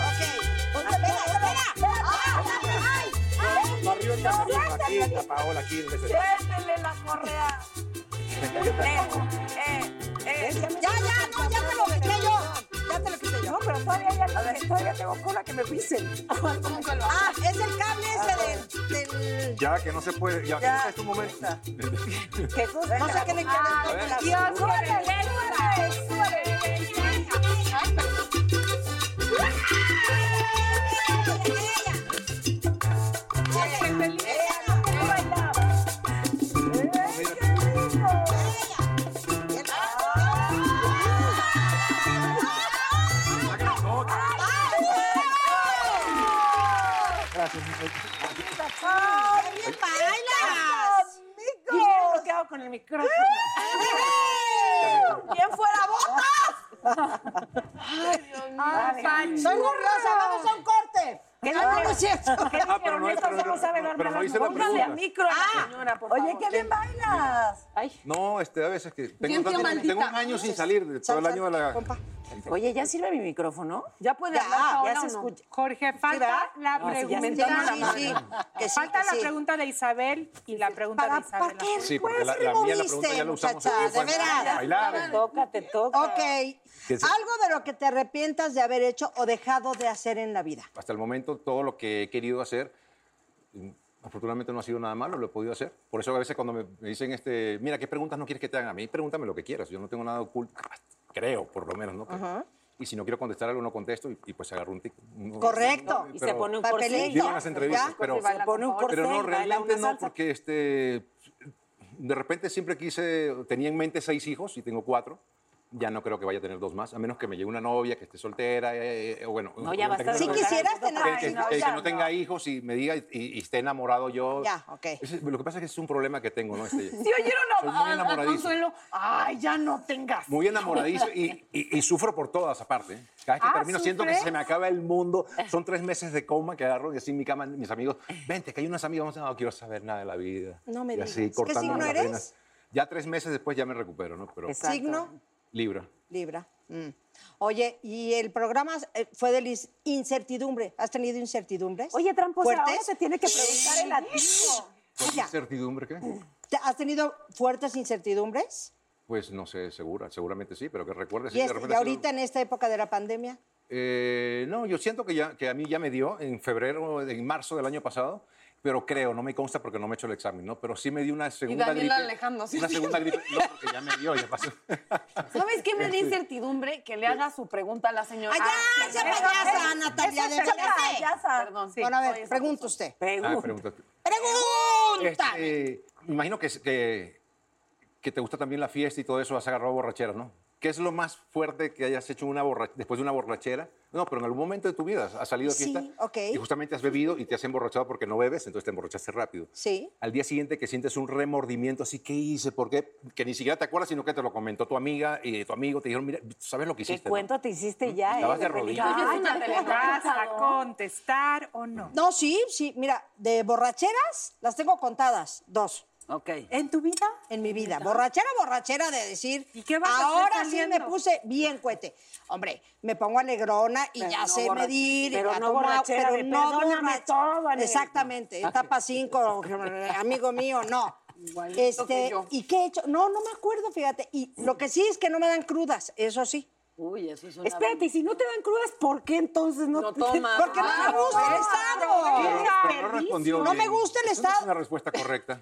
Arriba está Paola, aquí está Paola, aquí en el- Suéltele la correa. Eh, Ya, ya, no, eh. ya te lo quité yo. Ya te lo quité yo. No, pero todavía ya todavía tengo cola que me pisen. Ah, es el cable ese del. del- Ya que no se puede, ya, Ya. que es tu momento. ¿Qué cosa? No sé qué le A ver. queda. Dios, Gracias. ¡Ay, bien bailas! Y mira lo que hago con el micrófono. ¡Eh! ¡Bien fuera botas! Ah, Ay, Soy nerviosa, vamos a un corte. ¿Qué Ah, no, no es cierto. Ah, pero no, pero no- pero no hice la Póngale a pregunta. micro a Ah, Ah. la señora, por favor. Ah, Oye, qué bien bailas. No, este, a veces que tengo, Bien, tanto- tía maldita. tengo un año sin salir, de todo el año de la... Oye, ¿ya sirve mi micrófono? ¿Ya puede Ya, hablar Paola ya se o no? escucha. Jorge, falta la sí, ya se pregunta. entonó la Sí, sí, que sí, falta que la sí. pregunta de Isabel y la pregunta ¿Para, de Isabel. para qué? Sí, Pues, porque la, la mía, la pregunta ya la usamos. muchacha, aquí, de bueno, veras. Bailar. Toca, te toca. Ok. Que se- Algo de lo que te arrepientas de haber hecho o dejado de hacer en la vida. Hasta el momento, todo lo que he querido hacer, mm, afortunadamente no ha sido nada malo, lo he podido hacer. Por eso a veces cuando me me dicen, este, mira, ¿qué preguntas no quieres que te hagan? A mí pregúntame lo que quieras, yo no tengo nada oculto, creo, por lo menos, ¿no? Que- Y si no quiero contestar algo, no contesto y, y, pues agarro un tic. un- Correcto. pero- Y se pone un Papelito. Digo en corcel. las entrevistas, Ya, pero, se pone un pero no, corcel, baila realmente una no, salsa. porque este, de repente siempre quise, tenía en mente seis hijos y tengo cuatro. Ya no creo que vaya a tener dos más, a menos que me llegue una novia que esté soltera, eh, eh, bueno. No, ya una basta de tecnología. Si quisieras tener Que, que- hijos, que ya no tenga hijos y me diga y, y esté enamorado yo. Ya, ok. Ese- lo que pasa es que es un problema que tengo, ¿no? Este, Si oyeron a- Soy muy a- a enamoradizo. Consuelo, ay, ya no tengas. Muy enamoradizo y, y- y sufro por todas aparte. Cada vez que Ah, termino siento que ¿sufres? se me acaba el mundo. Son tres meses de coma que agarro y así en mi cama, mis amigos, vente, que hay unas amigas, vamos a, no quiero saber nada de la vida. No me y así, digas. ¿Qué cortándome signo las eres? venas. Ya tres meses después ya me recupero, ¿no? Pero Exacto. Signo libra. Libra. Mm. Oye, y el programa eh, fue de lis- incertidumbre. ¿Has tenido incertidumbres? Oye, tramposa, ahora ¿Fuertes? se tiene que preguntar el ativo. ¿Cuál Ya. incertidumbre qué? ¿Te- ¿Has tenido fuertes incertidumbres? Pues no sé, segura, seguramente sí, pero que recuerdes. sí, Y, de este- y repente- ahorita en esta época de la pandemia. Eh, no, yo siento que, ya, que a mí ya me dio en febrero, en marzo del año pasado, pero creo, no me consta porque no me he hecho el examen, ¿no? Pero sí me dio una segunda Daniela gripe. Alejandro, sí. Una segunda gripe. No, porque ya me dio, ya pasó. ¿Sabes qué me este da incertidumbre? Que le haga su pregunta a la señora. ¡Ay, ya, Ah, sea ya, ya, payasa, ya. Natalia, Eso de es veras, payasa. ¿eh? Perdón, sí. bueno, a soy ver, esa pregunta usted. Ah, Pregunta. pregunta. ¡Pregunta! Este, me imagino que, que, que te gusta también la fiesta y todo eso, has agarrado borracheras, ¿no? ¿Qué es lo más fuerte que hayas hecho una borra- después de una borrachera? No, pero en algún momento de tu vida has salido a Sí, fiesta ok. y justamente has bebido y te has emborrachado porque no bebes, entonces te emborrachaste rápido. Sí. Al día siguiente que sientes un remordimiento, así, ¿qué hice? ¿Por qué? Que ni siquiera te acuerdas, sino que te lo comentó tu amiga y tu amigo, te dijeron, mira, ¿sabes lo que ¿Qué hiciste? no? cuento te hiciste ya? Estabas eh, de película? rodillas. Ay, ya te ¿Vas levantas. a contestar o no? No, sí, sí. Mira, de borracheras las tengo contadas, dos. Ok. ¿En tu vida? en mi vida. Borrachera, borrachera de decir, ¿Y qué vas a hacer ahora sí saliendo? me puse bien cohete. Hombre, me pongo alegrona y ya sé medir. y pero ya no tomo agua, borrachera de perdóname borracha- todo, Anel. Ah, Exactamente, etapa 5, amigo mío, no. este, ¿Y qué he hecho? No, no me acuerdo, fíjate. Y lo que sí es que no me dan crudas, eso sí. Uy, eso es una... Espérate, y si no te dan crudas, ¿por qué entonces no, No te- tomas. Porque no me gusta el Pero, estado. pero no respondió No bien. me gusta el Eso no Es estado. una respuesta correcta.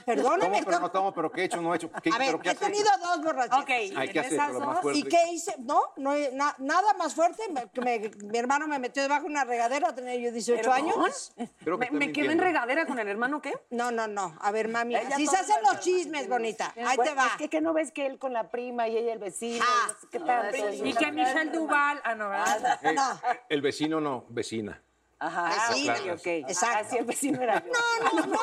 Tomo, Perdóname. pero no tomo, pero ¿qué he hecho? No he hecho. ¿Qué, A ver, pero ¿qué he has hecho? tenido dos borracheras. Ok, Ay, en ¿qué has hecho? esas Lo más dos, fuerte. ¿Y qué hice? No, no he- na- nada más fuerte. me- que me- mi hermano me metió debajo de una regadera, tenía yo ¿Perdón? 18 años. ¿Me, me Creo que estoy quedé en mintiendo. regadera con el hermano qué? No, no, no. A ver, mami, Ella así se todo hacen lo- los chismes, bonita. Ahí Bueno, te va. Es que, que no ves que él con la prima y ella el vecino. Ah. no sé ¿Qué tal? Y que Michelle Duval. Ah, no, ¿verdad? Eh, No. El vecino no, vecina. Ajá. Vecina. claro, Ok. Pues Exacto. Así el vecino era yo. No, no, no.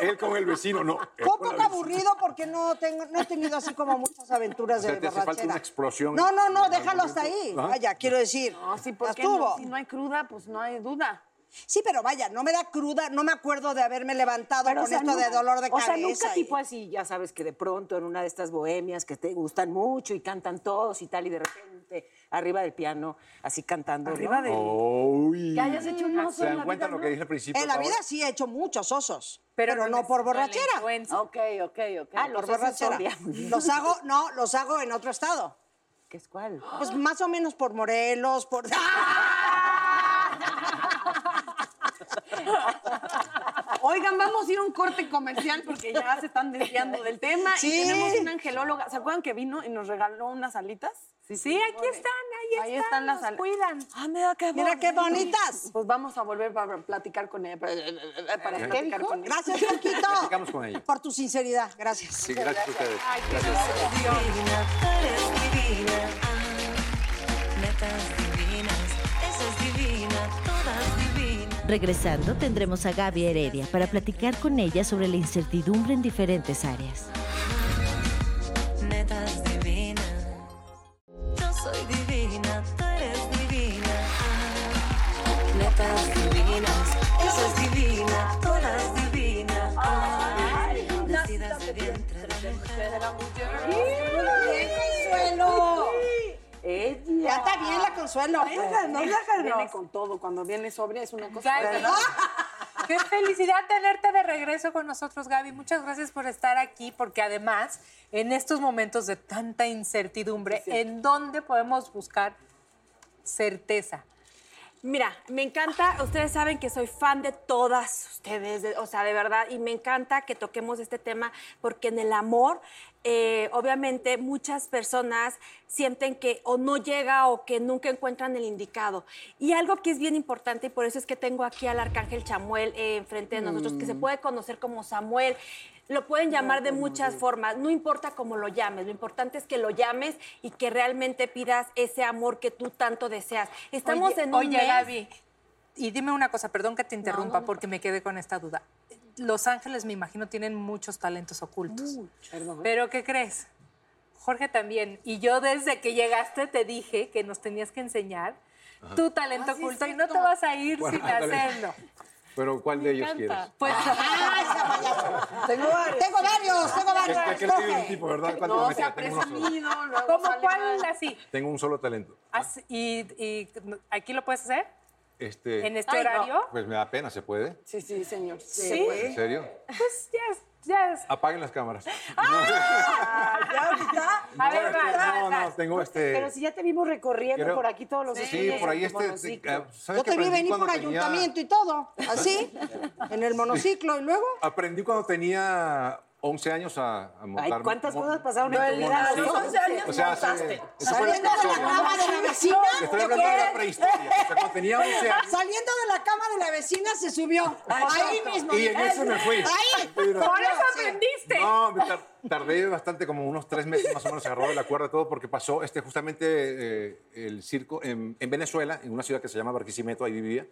Él con el vecino no. él Fue un con la vecina. poco aburrido porque no, tengo, no he tenido así como muchas aventuras O sea, de te hace borrachera. falta una explosión. No, no, En no, algún déjalo hasta momento. ahí. Ajá. Vaya, quiero decir. No, sí, ya ¿por qué estuvo. no? Si no hay cruda, pues no hay duda. Sí, pero vaya, no me da cruda, no me acuerdo de haberme levantado Pero, o con sea, esto de nunca- dolor de o cabeza. sea, nunca y- tipo así, ya sabes que de pronto en una de estas bohemias que te gustan mucho y cantan todos y tal, y de repente arriba del piano, así cantando. Arriba de del- Uy. Que hayas hecho un oso ¿Se en dan la cuenta vida, lo que no? dije al principio? en la Paola? vida sí he hecho muchos osos, Pero pero, no no les- por no la borrachera. influenza. Ok, ok, ok. Ah, por los osos son, borrachera. digamos. Los hago, no, los hago en otro estado. ¿Qué es cuál? Pues más o menos por Morelos, por. ¡Ah! Oigan, vamos a ir a un corte comercial porque ya se están desviando del tema. Sí. Y tenemos una angelóloga. ¿Se acuerdan que vino y nos regaló unas alitas? Sí, sí, aquí están, Ahí están las nos al- cuidan. Ah, mira qué Mira qué bonitas. Pues vamos a volver para platicar con ella. Para, para platicar dijo? con ella. Gracias, Coquito. Platicamos con ella. Por tu sinceridad, gracias. Sí, gracias a ustedes. divina, tú eres divina. Ah, netas divinas, esa es divina, todas divinas. Regresando, tendremos a Gaby Heredia para platicar con ella sobre la incertidumbre en diferentes áreas. Netas divinas. Yo soy divina, tú eres divina. Ah, netas divinas, esa es divina, todas divinas. Ah, nacidas de vientre de mujer. Muy bien, Consuelo. Ya está bien la Consuelo. Viene con todo. Cuando viene sobria es una cosa. Gaby, Qué felicidad tenerte de regreso con nosotros, Gaby. Muchas gracias por estar aquí, porque además, en estos momentos de tanta incertidumbre, ¿en dónde podemos buscar certeza? Mira, me encanta, ustedes saben que soy fan de todas ustedes, de- o sea, de verdad, y me encanta que toquemos este tema porque en el amor, eh, obviamente, muchas personas sienten que o no llega o que nunca encuentran el indicado. Y algo que es bien importante, y por eso es que tengo aquí al arcángel Chamuel eh, enfrente de nosotros, que se puede conocer como Samuel. Lo pueden llamar de muchas formas, no importa cómo lo llames, lo importante es que lo llames y que realmente pidas ese amor que tú tanto deseas. Estamos Oye- en un Oye, mes- Gaby, y dime una cosa, perdón que te interrumpa porque me quedé con esta duda. Los Ángeles, me imagino, tienen muchos talentos ocultos. Pero ¿qué crees? Jorge también. Y yo desde que llegaste te dije que nos tenías que enseñar tu talento oculto y no te vas a ir Bueno, sin está bien. hacerlo. Pero ¿cuál de ellos quieres? Canta. Pues Tengo varios. Tengo varios, tengo Está varios. creativo Escoge. el tipo, ¿verdad? ¿Cuál No, te se ha metía? Tengo uno solo. presumido. luego ¿cómo sale cuál mal. así? Tengo un solo talento. Así- y, y aquí lo puedes hacer Este, en este horario. Pues me da pena, ¿se puede? Sí, sí, señor. Sí. ¿En serio? Pues ya, es- ya es. Apaguen las cámaras. Ah, A ver, va, va, No, va. no, tengo este... Pero si ya te vimos recorriendo Creo- por aquí todos los Sí, estudios por ahí en este... monociclo. eh, ¿sabes Yo qué te vi aprendí venir por cuando tenía- ayuntamiento y todo, así, en el monociclo y luego. Aprendí cuando tenía 11 años a, a montar... Ay, ¿cuántas mon- cosas pasaron en mon- tu vida? monociclo. ¿no? O sea, hace- eso fue la Saliendo de la prehistoria. cama de la vecina, Estoy ¿te hablando de la acuerdas? prehistoria. O sea, cuando tenía 11 años... Ah, Saliendo de la cama de la vecina se subió. Ahí mismo. Y en eso me fui. Ahí. Pero- Por eso Sí. aprendiste. No, me tar- tardé bastante, como unos tres meses más o menos, agarrado de la cuerda todo, porque pasó este, justamente eh, el circo en, en Venezuela, en una ciudad que se llama Barquisimeto, ahí vivía,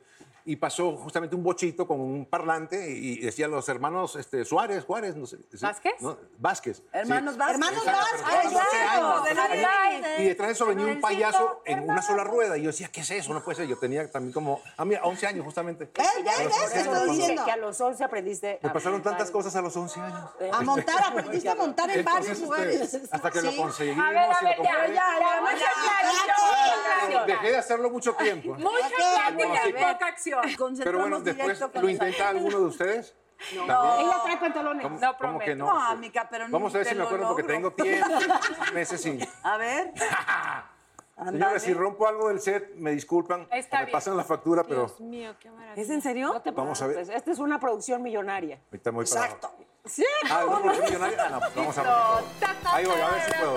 y pasó justamente un bochito con un parlante y, y decía los hermanos este, Suárez, Juárez, no sé. ¿sí? ¿Vázquez? No, Vázquez. sí. Hermanos Vázquez. Hermanos Exacto, pero tenía 11 Vázquez, claro. años. de la vida. Y detrás de eso venía un payaso en una sola rueda. Y yo decía, ¿qué es eso? No puede ser. Yo tenía también como, ah, mira, 11 años justamente. ¿Ves? ¿Ves? A los 11 ¿Ves? Te años, estoy cuando- diciendo. Que a los 11 aprendiste. Me a pasaron montar. tantas cosas a los 11 años. A montar, aprendiste a montar en varios Entonces, lugares. este, hasta que lo Sí. conseguimos. A ver, a y lo ver, ya, compré. ya, ya, mucha plática, mucha plática. Dejé de hacerlo mucho tiempo. Mucha Bueno, plática sí. y poca acción. Pero bueno, después lo intenta alguno de ustedes. No, Ella trae pantalones. ¿Cómo, No cómo que prometo. no? No, amiga, pero no Vamos a ver te si me lo acuerdo porque logro. tengo tiempo. meses sin. A ver. Señores, si rompo algo del set, me disculpan. Está me bien. pasan la factura, pero ¿Es en serio? No te Vamos a ver. preocupes, Esta es una producción millonaria. ahorita me voy para Exacto. abajo. Ah, ¿no por ser millonario? Ah, no, pues vamos a ver. Ahí voy, a ver si puedo.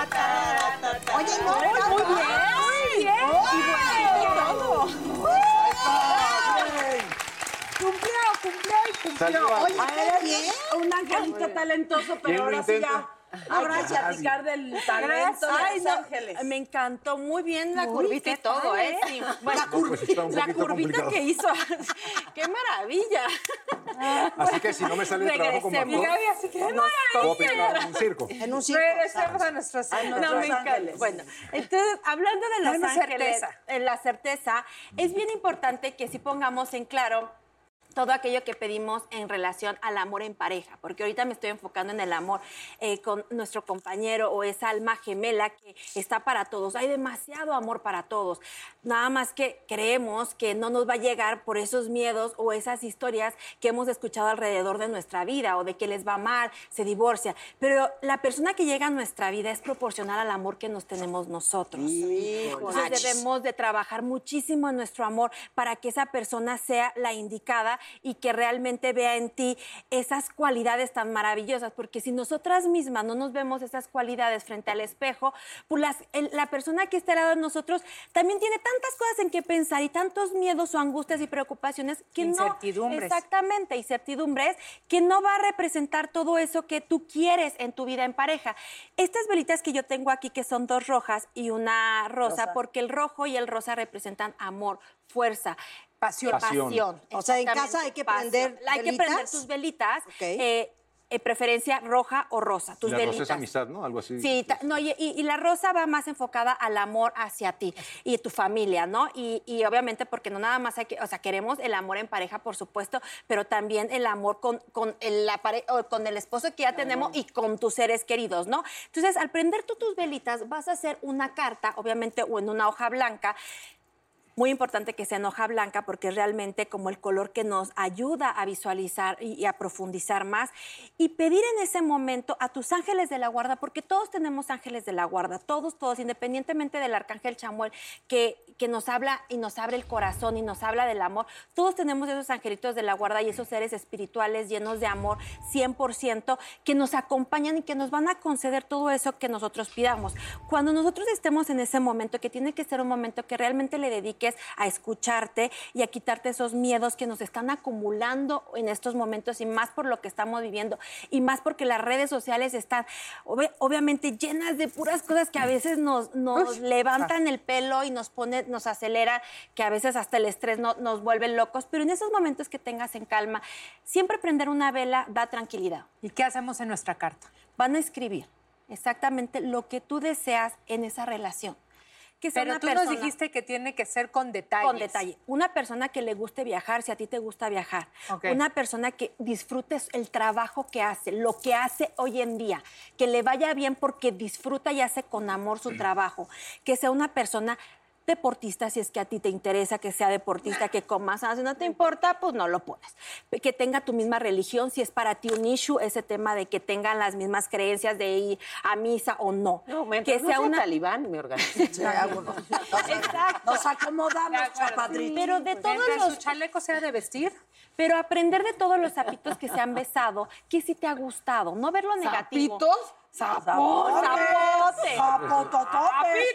Oye, no, muy Muy bien. Cumplió, cumplió y cumplió. Salió algo. Oye, qué bien. Un angelito talentoso, ¿Quién pero lo ahora sí ya. intenta? Hay que platicar del talento de Ay, Los no, Ángeles. Me encantó muy bien la Uy, curvita y ¿qué todo, tal, ¿eh? eh? Sí. La Dạ, Bueno, cur- Pues está un la poquito curvita complicado. que hizo. ¡Qué maravilla! Así que si no me sale el trabajo con Regresemos. Margot, Gaby, así que, puedo maravilla! pintar en un circo. En un circo. Regresemos a nuestro circo. Ah, No, me encanta. Bueno, entonces, hablando de Los Tenemos Ángeles, certeza. en la certeza, es bien importante que sí pongamos en claro todo aquello que pedimos en relación al amor en pareja, porque ahorita me estoy enfocando en el amor eh, con nuestro compañero o esa alma gemela que está para todos. Hay demasiado amor para todos. Nada más que creemos que no nos va a llegar por esos miedos o esas historias que hemos escuchado alrededor de nuestra vida o de que les va mal, se divorcia. Pero la persona que llega a nuestra vida es proporcional al amor que nos tenemos nosotros. Entonces Achis. debemos de trabajar muchísimo en nuestro amor para que esa persona sea la indicada y que realmente vea en ti esas cualidades tan maravillosas, porque si nosotras mismas no nos vemos esas cualidades frente al espejo, pues las- el- la persona que está al lado de nosotros también tiene tantas cosas en que pensar y tantos miedos o angustias y preocupaciones que no Incertidumbres. exactamente incertidumbres que no va a representar todo eso que tú quieres en tu vida en pareja. Estas velitas que yo tengo aquí que son dos rojas y una rosa, Rosa. porque el rojo y el rosa representan amor, fuerza. Pasión. Pasión. O sea, en exactamente, casa hay que pasión. prender Hay que velitas. prender tus velitas. eh, eh, preferencia roja o rosa. Tus la velitas. rosa es amistad, ¿no? Algo así. Sí, ta- no, y, y- y la rosa va más enfocada al amor hacia ti y tu familia, ¿no? Y, y obviamente porque no nada más hay que, o sea, queremos el amor en pareja, por supuesto, pero también el amor con, con, el, la pare- o con el esposo que ya tenemos y con tus seres queridos, ¿no? Entonces, al prender tú tus velitas, vas a hacer una carta, obviamente, o en una hoja blanca, muy importante que sea en hoja blanca porque es realmente como el color que nos ayuda a visualizar y, y a profundizar más. Y pedir en ese momento a tus ángeles de la guarda, porque todos tenemos ángeles de la guarda, todos, todos, independientemente del arcángel Chamuel que, que nos habla y nos abre el corazón y nos habla del amor, todos tenemos esos angelitos de la guarda y esos seres espirituales llenos de amor 100% que nos acompañan y que nos van a conceder todo eso que nosotros pidamos. Cuando nosotros estemos en ese momento, que tiene que ser un momento que realmente le dediques a escucharte y a quitarte esos miedos que nos están acumulando en estos momentos y más por lo que estamos viviendo y más porque las redes sociales están obvi- obviamente llenas de puras cosas que a veces nos, nos Uy. levantan el pelo y nos pone, nos acelera, que a veces hasta el estrés no- nos vuelve locos, pero en esos momentos que tengas en calma, siempre prender una vela da tranquilidad. ¿Y qué hacemos en nuestra carta? Van a escribir exactamente lo que tú deseas en esa relación. Que sea Pero una tú persona- nos dijiste que tiene que ser con detalle. con detalle. Una persona que le guste viajar, si a ti te gusta viajar. Ok. Una persona que disfrutes el trabajo que hace, lo que hace hoy en día. Que le vaya bien porque disfruta y hace con amor su trabajo. Que sea una persona deportista, si es que a ti te interesa que sea deportista, que coma sano. Si no te importa, pues no lo pones. Que tenga tu misma religión, si es para ti un issue, ese tema de que tengan las mismas creencias de ir a misa o no. que sea una talibán, me organizo. Exacto. Nos acomodamos, chapadrín. Pero de todos Mientras los su chaleco sea de vestir. Pero aprender de todos los zapitos que se han besado, que sí te ha gustado, no ver lo negativo. ¿Zapitos? Zapote. Zapote.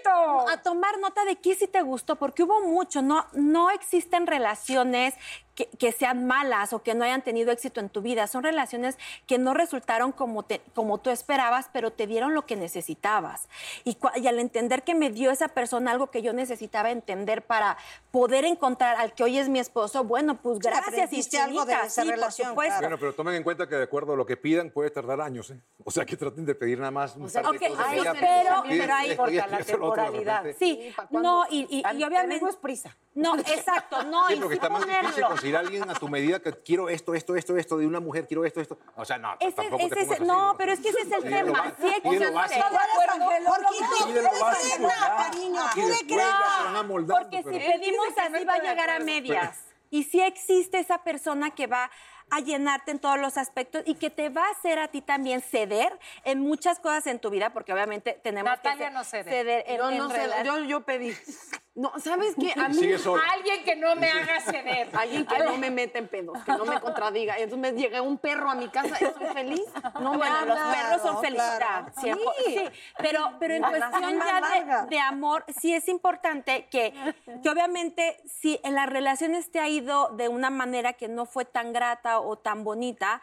No, A tomar nota de qué sí te gustó, porque hubo mucho. No, no existen relaciones que, que sean malas o que no hayan tenido éxito en tu vida. Son relaciones que no resultaron como, te- como tú esperabas, pero te dieron lo que necesitabas. Y, cua- y al entender que me dio esa persona algo que yo necesitaba entender para poder encontrar al que hoy es mi esposo, bueno, pues sea, gracias. aprendiste algo de Chinita, esa sí, por relación, supuesto. Bueno, pero tomen en cuenta que de acuerdo a lo que pidan puede tardar años, ¿eh? O sea, que traten de pedir nada más. un O sea, par de ok, cosas ay, y ya, pero, piden pero ahí esto y esto y esto y lo otro de repente. Sí, no, y, y- y obviamente. Tenemos prisa. No, exacto, no, Sí, y porque sí está más difícil ponerlo. conseguir a alguien a tu medida que quiero esto, esto, esto, esto de una mujer, quiero esto, esto. O sea, no, Ese- tampoco ese- te pongas así, no, pero es que ese es el Pide lo tema. ba- Sí hay pide lo cosas básico. que- Pide lo básico, ya. Y después ya se van amoldando, Porque si pero- pedimos así va a llegar a medias. Y si existe esa persona que va a llenarte en todos los aspectos y que te va a hacer a ti también ceder en muchas cosas en tu vida, porque obviamente tenemos Natalia que no cede. en, Yo en no cedo, rela- yo- pedí. No, ¿sabes qué? A mí, Sigue sola. Alguien que no me haga ceder. Alguien que no me meta en pedos, que no me contradiga. Entonces me llega un perro a mi casa, yo soy feliz. No me Bueno, habla. los perros son felicidad. claro. cien por- Sí. Sí. pero, pero en La cuestión más ya larga. de, de amor, sí es importante que, que obviamente si en las relaciones te ha ido de una manera que no fue tan grata o tan bonita,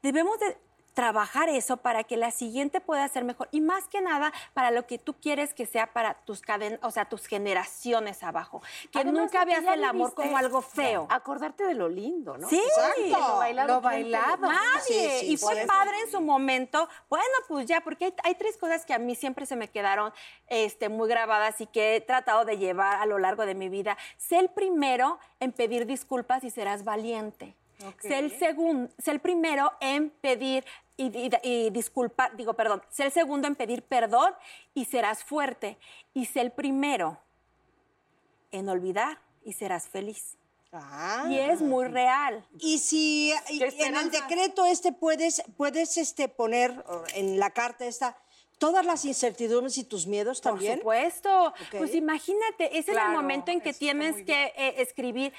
debemos de trabajar eso para que la siguiente pueda ser mejor y más que nada para lo que tú quieres que sea para tus cadenas, o sea, tus generaciones abajo. Que Además, nunca lo que veas ya el amor viviste. como algo feo. Acordarte de lo lindo, ¿no? Sí, Exacto. Lo bailado, Lo ¿quién te lo bailado. quita? Nadie. Sí, sí, y fue por eso. padre en su momento. Bueno, pues ya, porque hay, hay tres cosas que a mí siempre se me quedaron este, muy grabadas y que he tratado de llevar a lo largo de mi vida. Sé el primero en pedir disculpas y serás valiente. Sé el segundo, sé el primero en pedir y, y- y disculpar, digo, perdón, sé el segundo en pedir perdón y serás fuerte. Y sé el primero en olvidar y serás feliz. Y es muy real. Y si y- Qué en el esperanza. decreto este puedes, puedes este, poner o en la carta esta todas las incertidumbres y tus miedos también. Por supuesto. Pues imagínate, ese es el Claro, momento en que tienes que eh, escribir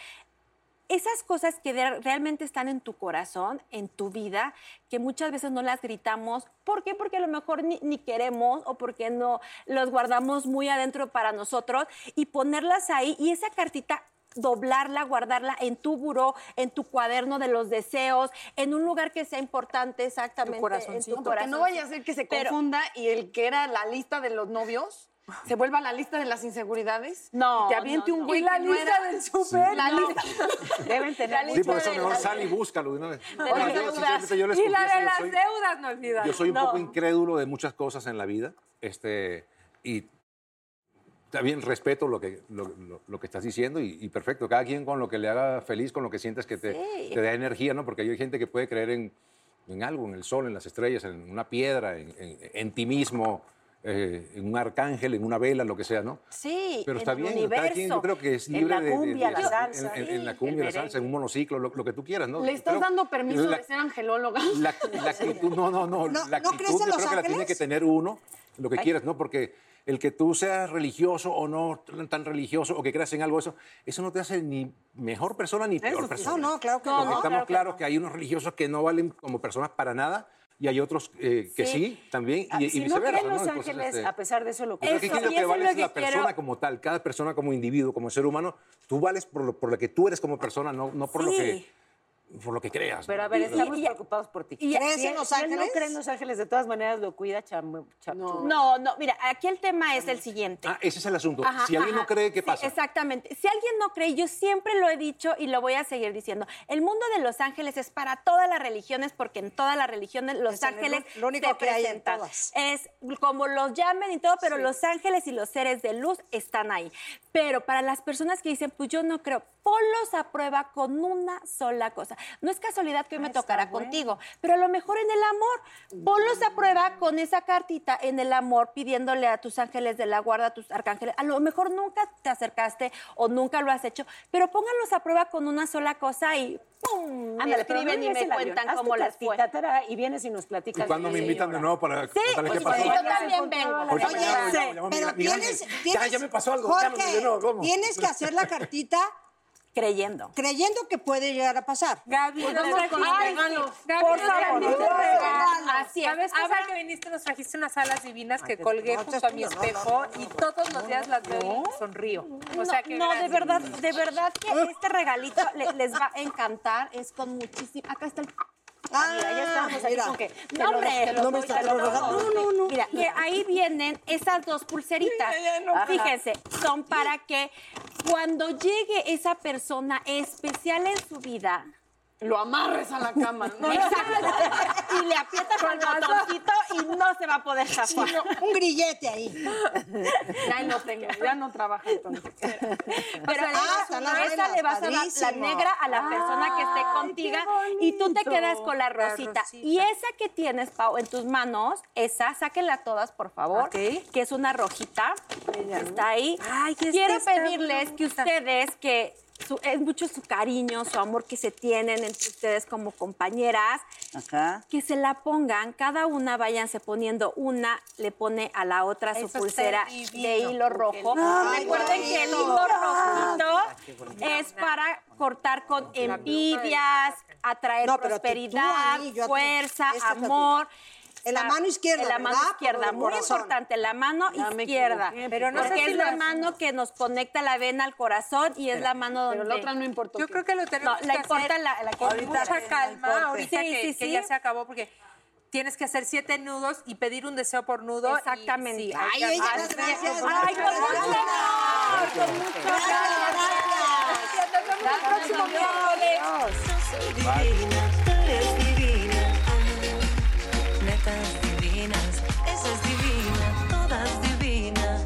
esas cosas que de- realmente están en tu corazón, en tu vida, que muchas veces no las gritamos. ¿Por qué? Porque a lo mejor ni, ni queremos o porque no los guardamos muy adentro para nosotros y ponerlas ahí y esa cartita doblarla, guardarla en tu buró, en tu cuaderno de los deseos, en un lugar que sea importante exactamente. en tu corazoncito. Porque no vaya a ser que se Pero- confunda y el que era la lista de los novios se vuelva la lista de las inseguridades. No, y Te aviente no, un no. güey. Y la que no lista era. del súper, La no. lista. Deben tener Sí, por eso mejor sal y búscalo de una vez. De Ahora, las yo, deudas. sinceramente, yo les y la confieso, de yo las soy- deudas, no olvidas. Yo soy un No. poco incrédulo de muchas cosas en la vida, este, y también respeto lo que, lo, lo- lo que estás diciendo y, y perfecto, cada quien con lo que le haga feliz, con lo que sientas que te, Sí. te da energía, ¿no? Porque hay gente que puede creer en, en algo, en el sol, en las estrellas, en una piedra, en, en- en ti mismo, eh, en un arcángel, en una vela, lo que sea, ¿no? Sí, Pero está en el bien, cada quien yo universo, creo que es en libre la de- de- cumbia, de- la en- salsa, en, en sí, la cumbia, el la salsa, en un monociclo, lo, lo que tú quieras, ¿no? Le estás Pero dando permiso la- de ser angelóloga. la, la actitud, no, no, ¿No- no. la no actitud crees en yo los creo que la ángeles? tiene que tener uno, lo que quieras, ¿no? Porque el que tú seas religioso o no tan religioso o que creas en algo, eso, eso no te hace ni mejor persona ni peor persona. No, no, claro que Porque no. estamos Claro que claros que hay unos religiosos que no valen como personas para nada y hay otros eh, que sí, Sí. también Ah, y, y si no viceversa. creen los Entonces, ángeles, este, a pesar de eso lo yo creo que aquí lo que vale es la persona quiero- como tal, cada persona como individuo, como ser humano. Tú vales por lo, por lo que tú eres como persona, no, no por, lo que, por lo que creas. Pero ¿no? a ver, Y- estamos preocupados por ti. y- ¿Crees Si en él- Los si él Ángeles? no cree en Los Ángeles, de todas maneras lo cuida Cham. No. no, mira, aquí el tema es el siguiente. Ah, ese es el asunto. Ajá, si alguien ajá. no cree, ¿qué Sí, pasa? exactamente. Si alguien no cree, yo siempre lo he dicho y lo voy a seguir diciendo. El mundo de los ángeles es para todas las religiones, porque en todas las religiones los Es en el ángeles un- lo único se que hay en presentan. todas. Es como los llamen y todo, pero los ángeles y los seres de luz están ahí. Pero para las personas que dicen, pues yo no creo, ponlos a prueba con una sola cosa. No es casualidad que hoy me tocará contigo, pero a lo mejor en el amor. Ponlos a prueba con esa cartita en el amor, pidiéndole a tus ángeles de la guarda, a tus arcángeles. A lo mejor nunca te acercaste o nunca lo has hecho, pero pónganlos a prueba con una sola cosa y ¡pum! Me Ándale, pero escriben no y llegues me el avión, cuentan haz tu cómo les fue. cartita, tará, y vienes y nos platicas. ¿Y cuándo de me la invitan de señora. nuevo para Sí, contarles qué pues, pasó? yo también vengo. Ahorita Oye, me llamo, sí, me llamo pero Miguel- Miguel Ángel. tienes, Ya, tienes- ya me pasó algo. Jorge, ya me llenó, ¿cómo? tienes que hacer la cartita creyendo. creyendo que puede llegar a pasar. Gaby, Nos Pues vamos con los regalos. Gaby, Por nos favor, trajiste los regalos. regalos. Así es. La vez pasada Habrá- que viniste nos trajiste unas alas divinas que colgué no, justo esto a es mi tuyo, no, espejo y todos los días las veo y sonrío. O sea que no, no, de gracias. verdad, Mm. de verdad que este regalito le- les va a encantar. Es con muchísimo. Acá está el. Ah, mira, ya estamos aquí mira. con que. Te No, lo- hombre, te lo No me doy, está te lo trabajando. doy. No, no, no. Mira, que ahí vienen esas dos pulseritas. Ah, Fíjense, son para que cuando llegue esa persona especial en su vida. Lo amarres a la cama. ¿no? Exacto. Y le aprietas al botoncito y no se va a poder zafar. Sí, no, un grillete ahí. Ya no tengo, ya no trabajo entonces. Pero sea, ah, están las esa, esa buenas, le vas a dar la padrísimo. negra a la persona que esté contigo y tú te quedas con la La rosita. rosita. Y esa que tienes, Pau, en tus manos, esa, sáquenla todas, por favor, Ok. que es una rojita, que está ahí. Ay, esta Quiero está pedirles que bonita. ustedes, que su- es mucho su cariño, su amor que se tienen entre ustedes como compañeras, Ajá. que se la pongan, cada una váyanse poniendo una, le pone a la otra su Eso está pulsera divino. de hilo rojo. Ay, Recuerden qué que el bonito. hilo Ah, rojito es para cortar con envidias, atraer No, pero tú- tú prosperidad, ahí, yo a ti. fuerza, Esta es la amor. En la mano izquierda, En la mano ¿verdad? Por izquierda, el muy corazón. importante, la mano izquierda. Pero no sé porque si es lo la hacen. mano que nos conecta la vena al corazón y es la mano donde. Pero la otra no importa. Yo creo que lo tenemos No, la que importa hacer la- la que con ahorita mucha que- calma, ahorita Sí, que, sí, que sí. ya se acabó, porque Tienes que hacer siete nudos y pedir un deseo por nudo. Exactamente. Ay, ella, gracias. Ay, con mucho amor, con mucho amor. Gracias, Hasta el próximo Dios. miércoles. Bye. Netas divinas, esa es divina, todas divinas,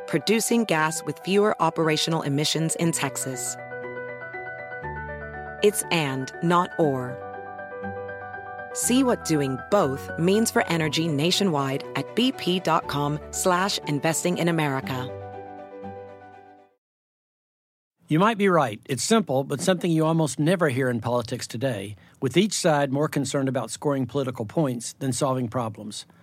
producing gas with fewer operational emissions in Texas. It's and, not or. See what doing both means for energy nationwide at bp.com slash investing in America. You might be right. It's simple, but something you almost never hear in politics today, with each side more concerned about scoring political points than solving problems.